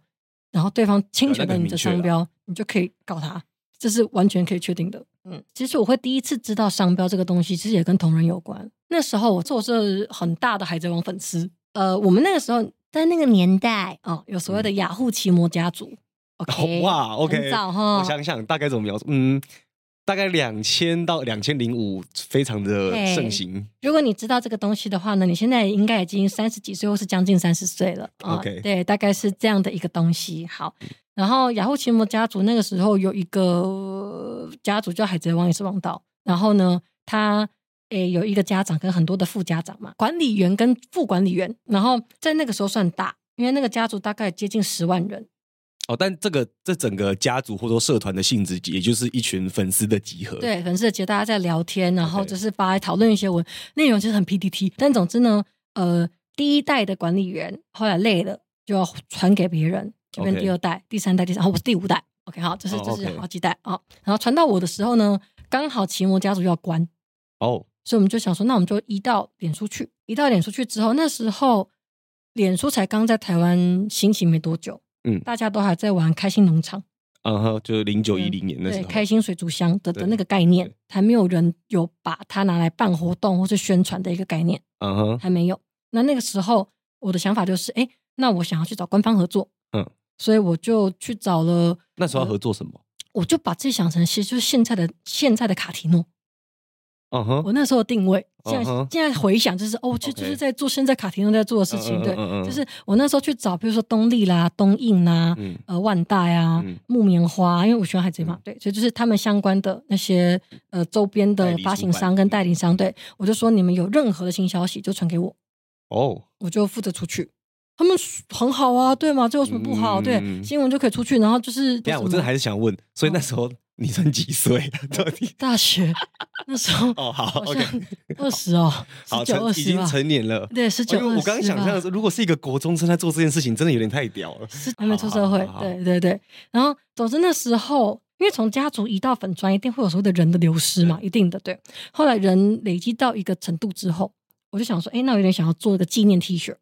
Speaker 1: 然后对方
Speaker 2: 啊
Speaker 1: 侵权了你的商标，你就可以告他，这是完全可以确定的。嗯，其实我会第一次知道商标这个东西，其实也跟同人有关。那时候我做是很大的海贼王粉丝，呃，我们那个时候在那个年代哦，有所谓的雅虎奇摩家族。OK，
Speaker 2: 嗯 哇，OK，
Speaker 1: 很早哈
Speaker 2: 我想想大概怎么描述，嗯，大概两千到两千零五，非常的
Speaker 1: 嘿
Speaker 2: 盛行。
Speaker 1: 如果你知道这个东西的话呢，你现在应该已经三十几岁，或是将近三十岁了啊。
Speaker 2: OK
Speaker 1: 对，大概是这样的一个东西。好，然后雅虎奇摩家族那个时候有一个呃家族叫海贼王，也是王道。然后呢，他诶有一个家长跟很多的副家长嘛，管理员跟副管理员。然后在那个时候算大，因为那个家族大概接近十万人。
Speaker 2: 哦，但这个这整个家族或者说社团的性质，也就是一群粉丝的集合。，
Speaker 1: 对，粉丝节大家在聊天，然后
Speaker 2: OK
Speaker 1: 就是发讨论一些文内容，其实很 PPT。但总之呢，呃，第一代的管理员后来累了，就要传给别人，就变
Speaker 2: OK
Speaker 1: 第二代、第三代、第三，哦然后我是第五代。OK，好，这是
Speaker 2: 哦
Speaker 1: 这是
Speaker 2: OK
Speaker 1: 好几代啊、然后传到我的时候呢，刚好奇摩家族要关，
Speaker 2: 哦，
Speaker 1: 所以我们就想说，那我们就移到脸书去。移到脸书去之后，那时候脸书才刚在台湾兴起没多久，
Speaker 2: 嗯
Speaker 1: 大家都还在玩开心农场。
Speaker 2: 嗯哼，就是零九一零年那时
Speaker 1: 对，
Speaker 2: 候。
Speaker 1: 开心水族箱的的
Speaker 2: 对
Speaker 1: 那个概念
Speaker 2: 对，
Speaker 1: 还没有人有把它拿来办活动或是宣传的一个概念，
Speaker 2: 嗯哼，
Speaker 1: 还没有。那那个时候，我的想法就是，哎，那我想要去找官方合作，
Speaker 2: 嗯，
Speaker 1: 所以我就去找了，
Speaker 2: 那时候要合作什么？
Speaker 1: 我就把自己想成是就是现在的现在的卡提诺，
Speaker 2: 嗯哼，
Speaker 1: 我那时候的定位，现在、
Speaker 2: 嗯哼
Speaker 1: 现在回想就是，哦，就就是
Speaker 2: OK
Speaker 1: 在做现在卡提诺在做的事情，
Speaker 2: 嗯嗯
Speaker 1: 对，
Speaker 2: 嗯嗯嗯
Speaker 1: 就是我那时候去找，比如说东立啦、东映啦，
Speaker 2: 嗯
Speaker 1: 呃万代啊、
Speaker 2: 嗯
Speaker 1: 木棉花，因为我喜欢海贼嘛，对，所以就是他们相关的那些呃周边
Speaker 2: 代
Speaker 1: 的
Speaker 2: 理
Speaker 1: 发行商
Speaker 2: 出版
Speaker 1: 跟代理商，对我就说你们有任何的新消息就传给我，
Speaker 2: 哦，
Speaker 1: 我就负责出去。他们很好啊，对吗？这有什么不好？
Speaker 2: 嗯
Speaker 1: 对，新闻就可以出去，然后就是
Speaker 2: 等一
Speaker 1: 什
Speaker 2: 下我
Speaker 1: 么
Speaker 2: 真的还是想问，所以那时候你才几岁？ 到底？
Speaker 1: 大学 那时 候
Speaker 2: 哦，好
Speaker 1: 好
Speaker 2: ，OK，
Speaker 1: 像二十哦，
Speaker 2: 好，
Speaker 1: 十九
Speaker 2: 成
Speaker 1: 二
Speaker 2: 已
Speaker 1: 十
Speaker 2: 经
Speaker 1: 吧，
Speaker 2: 成年了。
Speaker 1: 对，十九
Speaker 2: 哦因为
Speaker 1: 二
Speaker 2: 我刚刚想象的
Speaker 1: 是
Speaker 2: 是，如果是一个国中生在做这件事情，真的有点太屌了。
Speaker 1: 还没出社会
Speaker 2: 好好，好
Speaker 1: 对对对。然后总之那时候，因为从家族移到粉砖，一定会有所谓的人的流失嘛，一定的对。后来人累积到一个程度之后，我就想说，哎，那我有点想要做一个纪念 T 恤，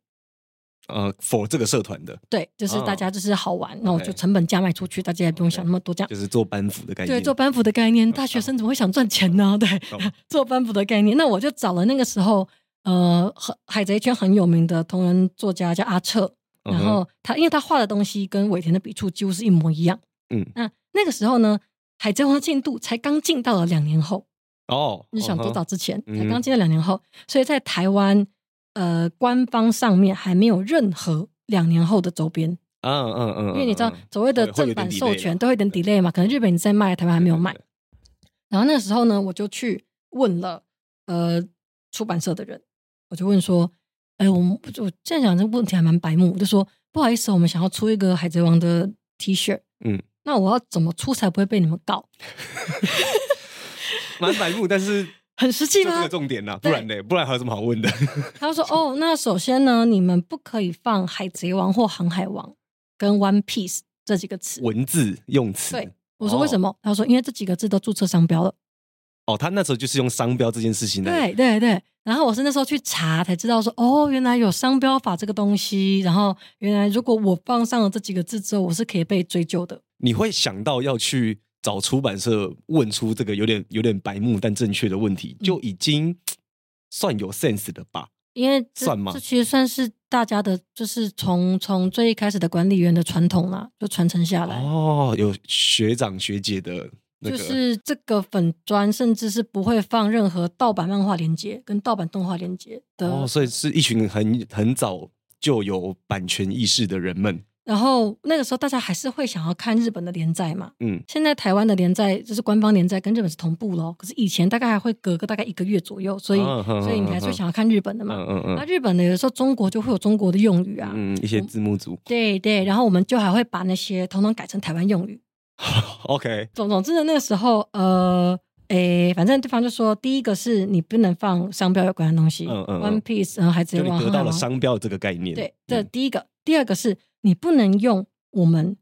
Speaker 2: 呃，for 这个社团的，
Speaker 1: 对，就是
Speaker 2: 哦
Speaker 1: 大家就是好玩，那我
Speaker 2: OK
Speaker 1: 就成本价卖出去，大家也不用
Speaker 2: OK
Speaker 1: 想那么多这样。
Speaker 2: 就是做班服的概念。哦
Speaker 1: 对，做班服的概念，大学生怎么会想赚钱呢？ 对
Speaker 2: 懂，
Speaker 1: 做班服的概念，那我就找了那个时候，呃，很海贼圈很有名的同人作家叫阿彻，然
Speaker 2: 嗯哼
Speaker 1: 后他因为他画的东西跟尾田的笔触几乎是一模一样。
Speaker 2: 嗯
Speaker 1: 那那个时候呢，海贼王的进度才刚进到了两年后，
Speaker 2: 哦，
Speaker 1: 你想多早
Speaker 2: 嗯
Speaker 1: 之前、
Speaker 2: 嗯
Speaker 1: 才刚进到两年后，所以在台湾呃官方上面还没有任何两年后的周边，
Speaker 2: 哼？嗯嗯嗯，
Speaker 1: 因为你知道
Speaker 2: 嗯嗯
Speaker 1: 所谓的
Speaker 2: 会会有
Speaker 1: 正
Speaker 2: 点
Speaker 1: 版
Speaker 2: delay 啊
Speaker 1: 授
Speaker 2: 啦
Speaker 1: 权都会有点 delay 嘛，可能日本你在卖，台湾还没有卖
Speaker 2: 对。对
Speaker 1: 然后那时候呢，我就去问了呃出版社的人，我就问说，哎，我们我这样讲这个问题还蛮白目，我就说不好意思，我们想要出一个海贼王的 T 恤，
Speaker 2: 嗯，
Speaker 1: 那我要怎么出才不会被你们告？
Speaker 2: 对蛮白目，但是
Speaker 1: 很实际
Speaker 2: 就这
Speaker 1: 吗
Speaker 2: 个？重点啦，不然呢？不然还有什么好问的？
Speaker 1: 他说哦，那首先呢，你们不可以放海贼王或航海王跟 One Piece 这几个词。
Speaker 2: 文字用词，
Speaker 1: 对我说为什么？他说因为这几个字都注册商标了。
Speaker 2: 哦，他那时候就是用商标这件事情来，
Speaker 1: 对对对。然后我是那时候去查才知道说，哦，原来有商标法这个东西。然后原来如果我放上了这几个字之后，我是可以被追究的。
Speaker 2: 你会想到要去找出版社问出这个有点有点白目但正确的问题，
Speaker 1: 嗯
Speaker 2: 就已经算有 sense 的吧？
Speaker 1: 因为这
Speaker 2: 算吗
Speaker 1: 这其实算是大家的，就是从从最一开始的管理员的传统啦，就传承下来。
Speaker 2: 哦，有学长学姐的那
Speaker 1: 就
Speaker 2: 个，
Speaker 1: 是这个粉砖，甚至是不会放任何盗版漫画连接跟盗版动画连接的。
Speaker 2: 哦，所以是一群很很早就有版权意识的人们，
Speaker 1: 然后那个时候大家还是会想要看日本的连载嘛，
Speaker 2: 嗯，
Speaker 1: 现在台湾的连载就是官方连载跟日本是同步咯，可是以前大概还会隔个大概一个月左右，所以、
Speaker 2: 嗯哼
Speaker 1: 所以你还是会想要看日本的嘛。
Speaker 2: 嗯嗯
Speaker 1: 那、
Speaker 2: 嗯
Speaker 1: 日本的有时候中国就会有中国的用语啊，
Speaker 2: 嗯，一些字幕 组
Speaker 1: 对对，然后我们就还会把那些统统改成台湾用语。
Speaker 2: ，OK，
Speaker 1: 总总之呢，那个时候呃。诶，反正对方就说，第一个是你不能放商标有关的东西，
Speaker 2: 嗯嗯嗯
Speaker 1: One Piece，然后海贼
Speaker 2: 就你
Speaker 1: 王，
Speaker 2: 得到
Speaker 1: 航海
Speaker 2: 了
Speaker 1: 王
Speaker 2: 商标这个概念，
Speaker 1: 对，这
Speaker 2: 嗯
Speaker 1: 第一个，第二个是你不能用我们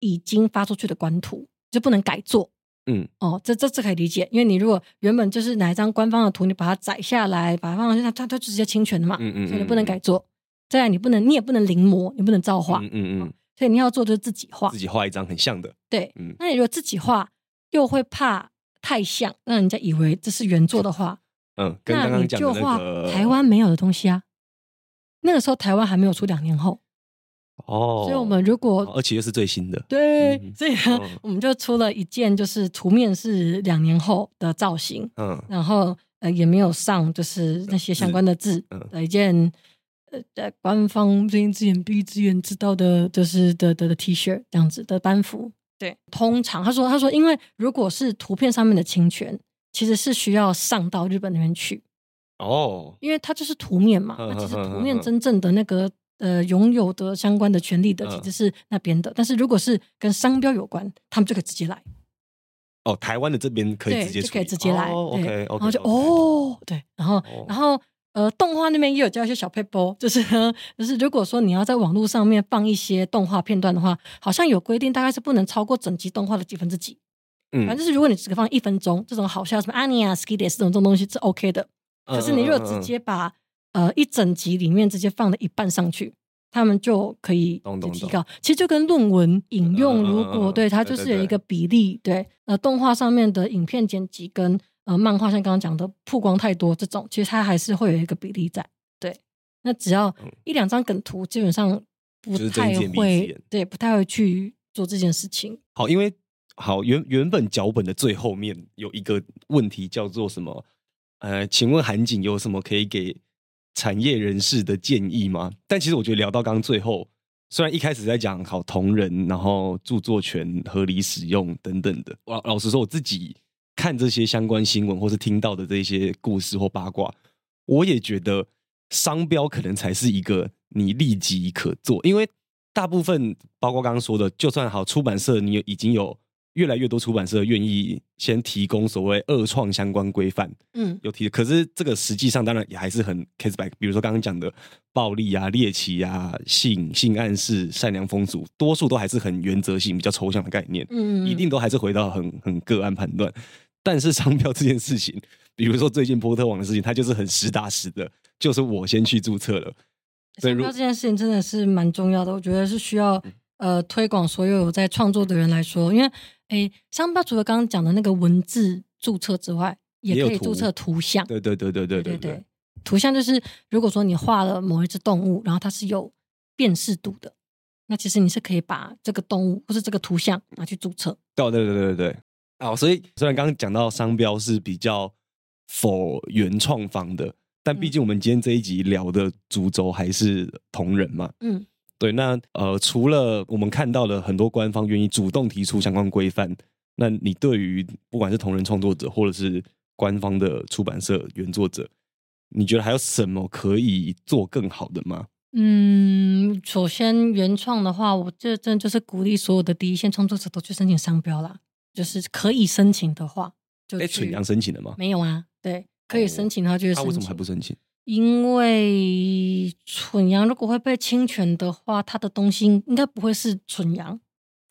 Speaker 1: 已经发出去的官图，就不能改做。
Speaker 2: 嗯，
Speaker 1: 哦，这这这可以理解，因为你如果原本就是哪一张官方的图，你把它载下来，把它放上去，它它它就直接侵权的嘛，
Speaker 2: 嗯嗯
Speaker 1: 所以你
Speaker 2: 嗯
Speaker 1: 不能
Speaker 2: 嗯
Speaker 1: 改做。再来，你不能，你也不能临摹，你不能造画，
Speaker 2: 嗯嗯嗯，
Speaker 1: 所以你要做就是自己画
Speaker 2: 自。己画一张很像的，
Speaker 1: 对，
Speaker 2: 嗯，
Speaker 1: 那你如果自己画，又会怕太像，让人家以为这是原作的画，
Speaker 2: 嗯，跟刚
Speaker 1: 那你
Speaker 2: 刚讲
Speaker 1: 就
Speaker 2: 的
Speaker 1: 画
Speaker 2: 那个
Speaker 1: 台湾没有的东西啊。那个时候台湾还没有出两年后，
Speaker 2: 哦，
Speaker 1: 所以我们如果
Speaker 2: 哦而且又是最新的，
Speaker 1: 对，
Speaker 2: 嗯
Speaker 1: 所以呢，
Speaker 2: 嗯
Speaker 1: 我们就出了一件，就是图面是两年后的造型，
Speaker 2: 嗯
Speaker 1: 然后呃也没有上就是那些相关的字
Speaker 2: 嗯
Speaker 1: 的一件。呃，呃官方睁一只眼闭一只眼知道的，就是的的的 T 恤这样子的班服。对，通常他说他说，因为如果是图片上面的侵权，其实是需要上到日本那边去，
Speaker 2: 哦，
Speaker 1: 因为它就是图面嘛。
Speaker 2: 嗯
Speaker 1: 那其实
Speaker 2: 嗯嗯
Speaker 1: 图
Speaker 2: 嗯
Speaker 1: 面
Speaker 2: 嗯
Speaker 1: 真正的那个呃拥有的相关的权利的，
Speaker 2: 嗯
Speaker 1: 其实是那边的。但是如果是跟商标有关，他们就可以直接来。
Speaker 2: 哦，台湾的这边可以
Speaker 1: 对
Speaker 2: 直接
Speaker 1: 就可以
Speaker 2: 处
Speaker 1: 直
Speaker 2: 理
Speaker 1: 接来
Speaker 2: 哦
Speaker 1: 对
Speaker 2: ，OK，
Speaker 1: 然后就哦，对，然后、
Speaker 2: 哦
Speaker 1: 然后呃，动画那边也有教一些小 paper，就是 呢就是如果说你要在网络上面放一些动画片段的话，好像有规定，大概是不能超过整集动画的几分之几。反正
Speaker 2: 嗯，
Speaker 1: 就是如果你只放一分钟，这种好笑什么 Ania、Skides 这种这种东西是 OK 的。
Speaker 2: 嗯
Speaker 1: 可是你如果直接把呃一整集里面直接放了一半上去，他们就可以
Speaker 2: 懂懂
Speaker 1: 提
Speaker 2: 懂
Speaker 1: 高。其实就跟论文引用，
Speaker 2: 嗯嗯嗯
Speaker 1: 如
Speaker 2: 嗯
Speaker 1: 果
Speaker 2: 嗯
Speaker 1: 对它
Speaker 2: 对
Speaker 1: 就
Speaker 2: 对
Speaker 1: 是有一
Speaker 2: 对
Speaker 1: 个比例，对呃动画上面的影片剪辑跟呃漫画像刚刚讲的曝光太多这种，其实它还是会有一个比例在。对，那只要
Speaker 2: 嗯
Speaker 1: 一两张梗图，基本上不
Speaker 2: 就是睁一
Speaker 1: 太
Speaker 2: 只眼闭一只
Speaker 1: 会
Speaker 2: 眼
Speaker 1: 对不太会去做这件事情。
Speaker 2: 好，因为好原原本脚本的最后面有一个问题叫做什么？呃，请问韩景有什么可以给产业人士的建议吗？但其实我觉得聊到刚刚最后，虽然一开始在讲好同人，然后著作权合理使用等等的，老老实说，我自己看这些相关新闻或是听到的这些故事或八卦，我也觉得商标可能才是一个你立即可做，因为大部分包括刚刚说的，就算好出版社，你有已经有越来越多出版社愿意先提供所谓二创相关规范，
Speaker 1: 嗯，
Speaker 2: 有提，可是这个实际上当然也还是很 case by，比如说刚刚讲的暴力啊、猎奇啊、性性暗示、善良风俗，多数都还是很原则性、比较抽象的概念。
Speaker 1: 嗯，
Speaker 2: 一定都还是回到很很个案判断。但是商标这件事情，比如说最近波特网的事情，它就是很实打实的，就是我先去注册了。所以
Speaker 1: 商
Speaker 2: 如嗯
Speaker 1: 标这件事情真的是蛮重要的，我觉得是需要呃推广所有有在创作的人来说，因为诶，商标除了刚刚讲的那个文字注册之外，也
Speaker 2: 也有
Speaker 1: 可以注
Speaker 2: 图
Speaker 1: 册图像。
Speaker 2: 对对对对对对对，
Speaker 1: 图像就是如果说你画了某一只动物，然后它是有辨识度的，那其实你是可以把这个动物或是这个图像拿去注册。
Speaker 2: 对对对对对。啊，所以虽然刚刚讲到商标是比较否原创方的，但毕竟我们今天这一集聊的主轴还是同人嘛。
Speaker 1: 嗯
Speaker 2: 对，那呃，除了我们看到了很多官方愿意主动提出相关规范，那你对于不管是同人创作者或者是官方的出版社原作者，你觉得还有什么可以做更好的吗？
Speaker 1: 嗯，首先原创的话，我这真的就是鼓励所有的第一线创作者都去申请商标啦，就是可以申请的话就
Speaker 2: 哎，
Speaker 1: 去
Speaker 2: 蠢。阳申请了吗？
Speaker 1: 没有啊，对，可以申请，他就会
Speaker 2: 他
Speaker 1: 申请。
Speaker 2: 哦啊为什么还不申请？
Speaker 1: 因为蠢羊如果会被侵权的话，他的东西应该不会是蠢羊。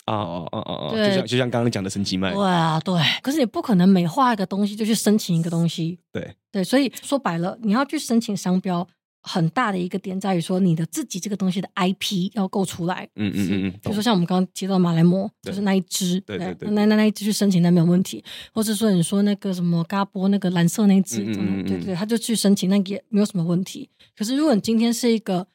Speaker 2: 啊啊啊啊啊！
Speaker 1: 对
Speaker 2: 就像就像刚刚讲的神奇麦
Speaker 1: 对，啊，对。可是你不可能每画一个东西就去申请一个东西。
Speaker 2: 对
Speaker 1: 对，所以说白了，你要去申请商标，很大的一个点在于说你的自己这个东西的 IP 要够出来。
Speaker 2: 嗯嗯嗯嗯，
Speaker 1: 比如说
Speaker 2: 懂
Speaker 1: 像我们刚刚提到马来貘，
Speaker 2: 对
Speaker 1: 就是那一只，
Speaker 2: 对对对
Speaker 1: 那那那一只去申请那没有问题，或者说你说那个什么嘎波那个蓝色那一只，
Speaker 2: 嗯嗯
Speaker 1: 怎么
Speaker 2: 嗯
Speaker 1: 对
Speaker 2: 嗯
Speaker 1: 对，他就去申请，那个也没有什么问题。可是如果你今天是一个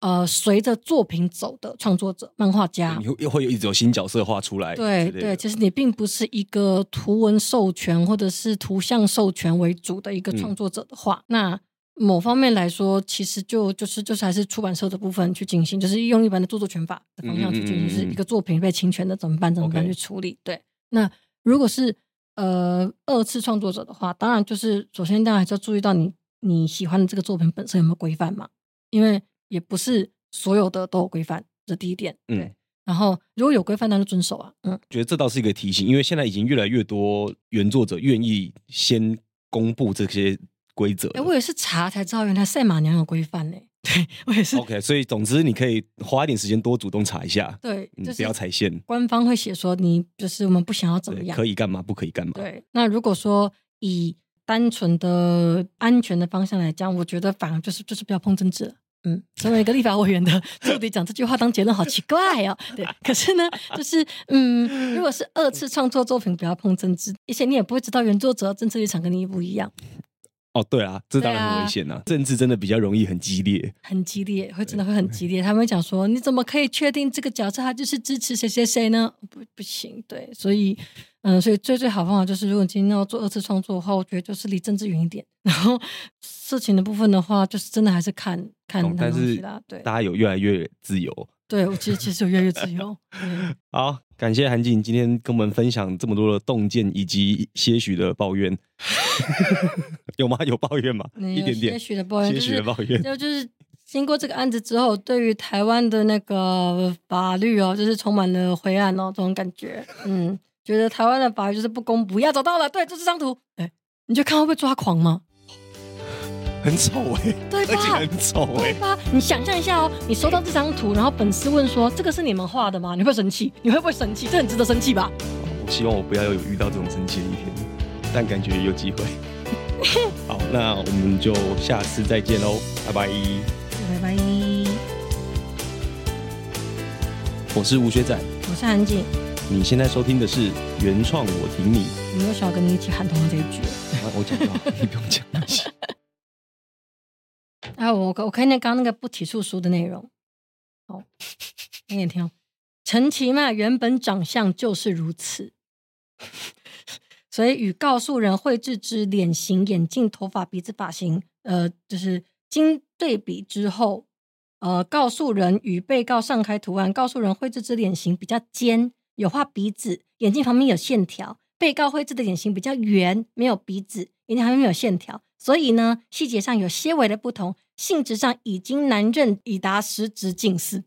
Speaker 1: 呃随着作品走的创作者、漫画家
Speaker 2: 你，会又会有一直有新角色画出来之类
Speaker 1: 啊对
Speaker 2: 的，
Speaker 1: 对，其实你并不是一个图文授权或者是图像授权为主的一个
Speaker 2: 嗯
Speaker 1: 创作者的话，那某方面来说，其实就就是就是还是出版社的部分去进行，就是用一般的著作权法的方向去进行，
Speaker 2: 嗯嗯嗯嗯
Speaker 1: 就是一个作品被侵权的怎么办？怎么办
Speaker 2: OK
Speaker 1: 去处理？对，那如果是呃二次创作者的话，当然就是首先当然还是要注意到你你喜欢的这个作品本身有没有规范嘛，因为也不是所有的都有规范，这第一点。对，
Speaker 2: 嗯
Speaker 1: 然后如果有规范，那就遵守啊。嗯，
Speaker 2: 觉得这倒是一个提醒，因为现在已经越来越多原作者愿意先公布这些规则了。
Speaker 1: 哎，我也是查才知道，原来赛马娘有规范呢、 我也是
Speaker 2: OK，所以总之你可以花一点时间多主动查一下，
Speaker 1: 对，
Speaker 2: 嗯
Speaker 1: 就
Speaker 2: 不要
Speaker 1: 是
Speaker 2: 踩线，
Speaker 1: 官方会写说你就是我们不想要怎么
Speaker 2: 对，
Speaker 1: 样，
Speaker 2: 可以干嘛，不可以干嘛。
Speaker 1: 对，那如果说以单纯的安全的方向来讲，我觉得反而就是就是不要碰政治了。嗯，身为一个立法委员 的助理讲这句话当结论好奇怪哦。对，可是呢，就是嗯，如果是二次创作作品，不要碰政治，而且你也不会知道原作者的政治立场跟你不一样，
Speaker 2: 哦，对啊，这当
Speaker 1: 对
Speaker 2: 然
Speaker 1: 啊
Speaker 2: 很危险啊，政治真的比较容易很激烈。
Speaker 1: 很激烈，会真的会很激烈。他们会讲说，你怎么可以确定这个角色他就是支持谁谁谁呢？不，不行，对，所以，嗯、所以最最好方法就是，如果你今天要做二次创作的话，我觉得就是离政治远一点。然后事情的部分的话，就是真的还是看看
Speaker 2: 懂
Speaker 1: 那
Speaker 2: 但
Speaker 1: 东西
Speaker 2: 是
Speaker 1: 啦。对，
Speaker 2: 大家有越来越自由。
Speaker 1: 对我其实其实有越来越自由。 对
Speaker 2: 好，感谢韩景今天跟我们分享这么多的洞见以及些许的抱 怨，有吗？有抱怨吗？
Speaker 1: 嗯
Speaker 2: 一点
Speaker 1: 有些
Speaker 2: 点，
Speaker 1: 许的抱怨，
Speaker 2: 些
Speaker 1: 就
Speaker 2: 许的
Speaker 1: 是
Speaker 2: 抱 怨。
Speaker 1: 就就是经过这个案子之后，对于台湾的那个法律哦，就是充满了灰暗哦，这种感觉。嗯，觉得台湾的法律就是不公不义啊，找到了，对，就是这张图，哎，你就看会被抓狂吗？
Speaker 2: 很丑哎、
Speaker 1: 对
Speaker 2: 而且
Speaker 1: 吧？
Speaker 2: 很丑哎、
Speaker 1: 对吧？你想象一下哦，你收到这张图，然后粉丝问说：“这个是你们画的吗？”你会生气？你会不会生气？这很值得生气吧？
Speaker 2: 我希望我不要有遇到这种生气的一天，但感觉有机会。好，那我们就下次再见喽，拜拜！
Speaker 1: 拜拜，
Speaker 2: 我是吴学仔，
Speaker 1: 我是韩景，
Speaker 2: 你现在收听的是原创我挺你，
Speaker 1: 有没有想要跟你一起喊同这一句？
Speaker 2: 啊我讲到，你不用讲，没关系
Speaker 1: 啊，我我可以念刚刚那个不起诉书的内容。好，你也听哦。 陈其迈原本长相就是如此，所以与告诉人绘制之脸型、眼镜、头发、鼻子、发型，呃，就是经对比之后，呃，告诉人与被告上开图案，告诉人绘制之脸型比较尖，有画鼻子，眼睛旁边有线条；被告绘制的脸型比较圆，没有鼻子，眼睛旁边没有线条。所以呢，细节上有些微的不同，性质上已经难认，已达实质近似。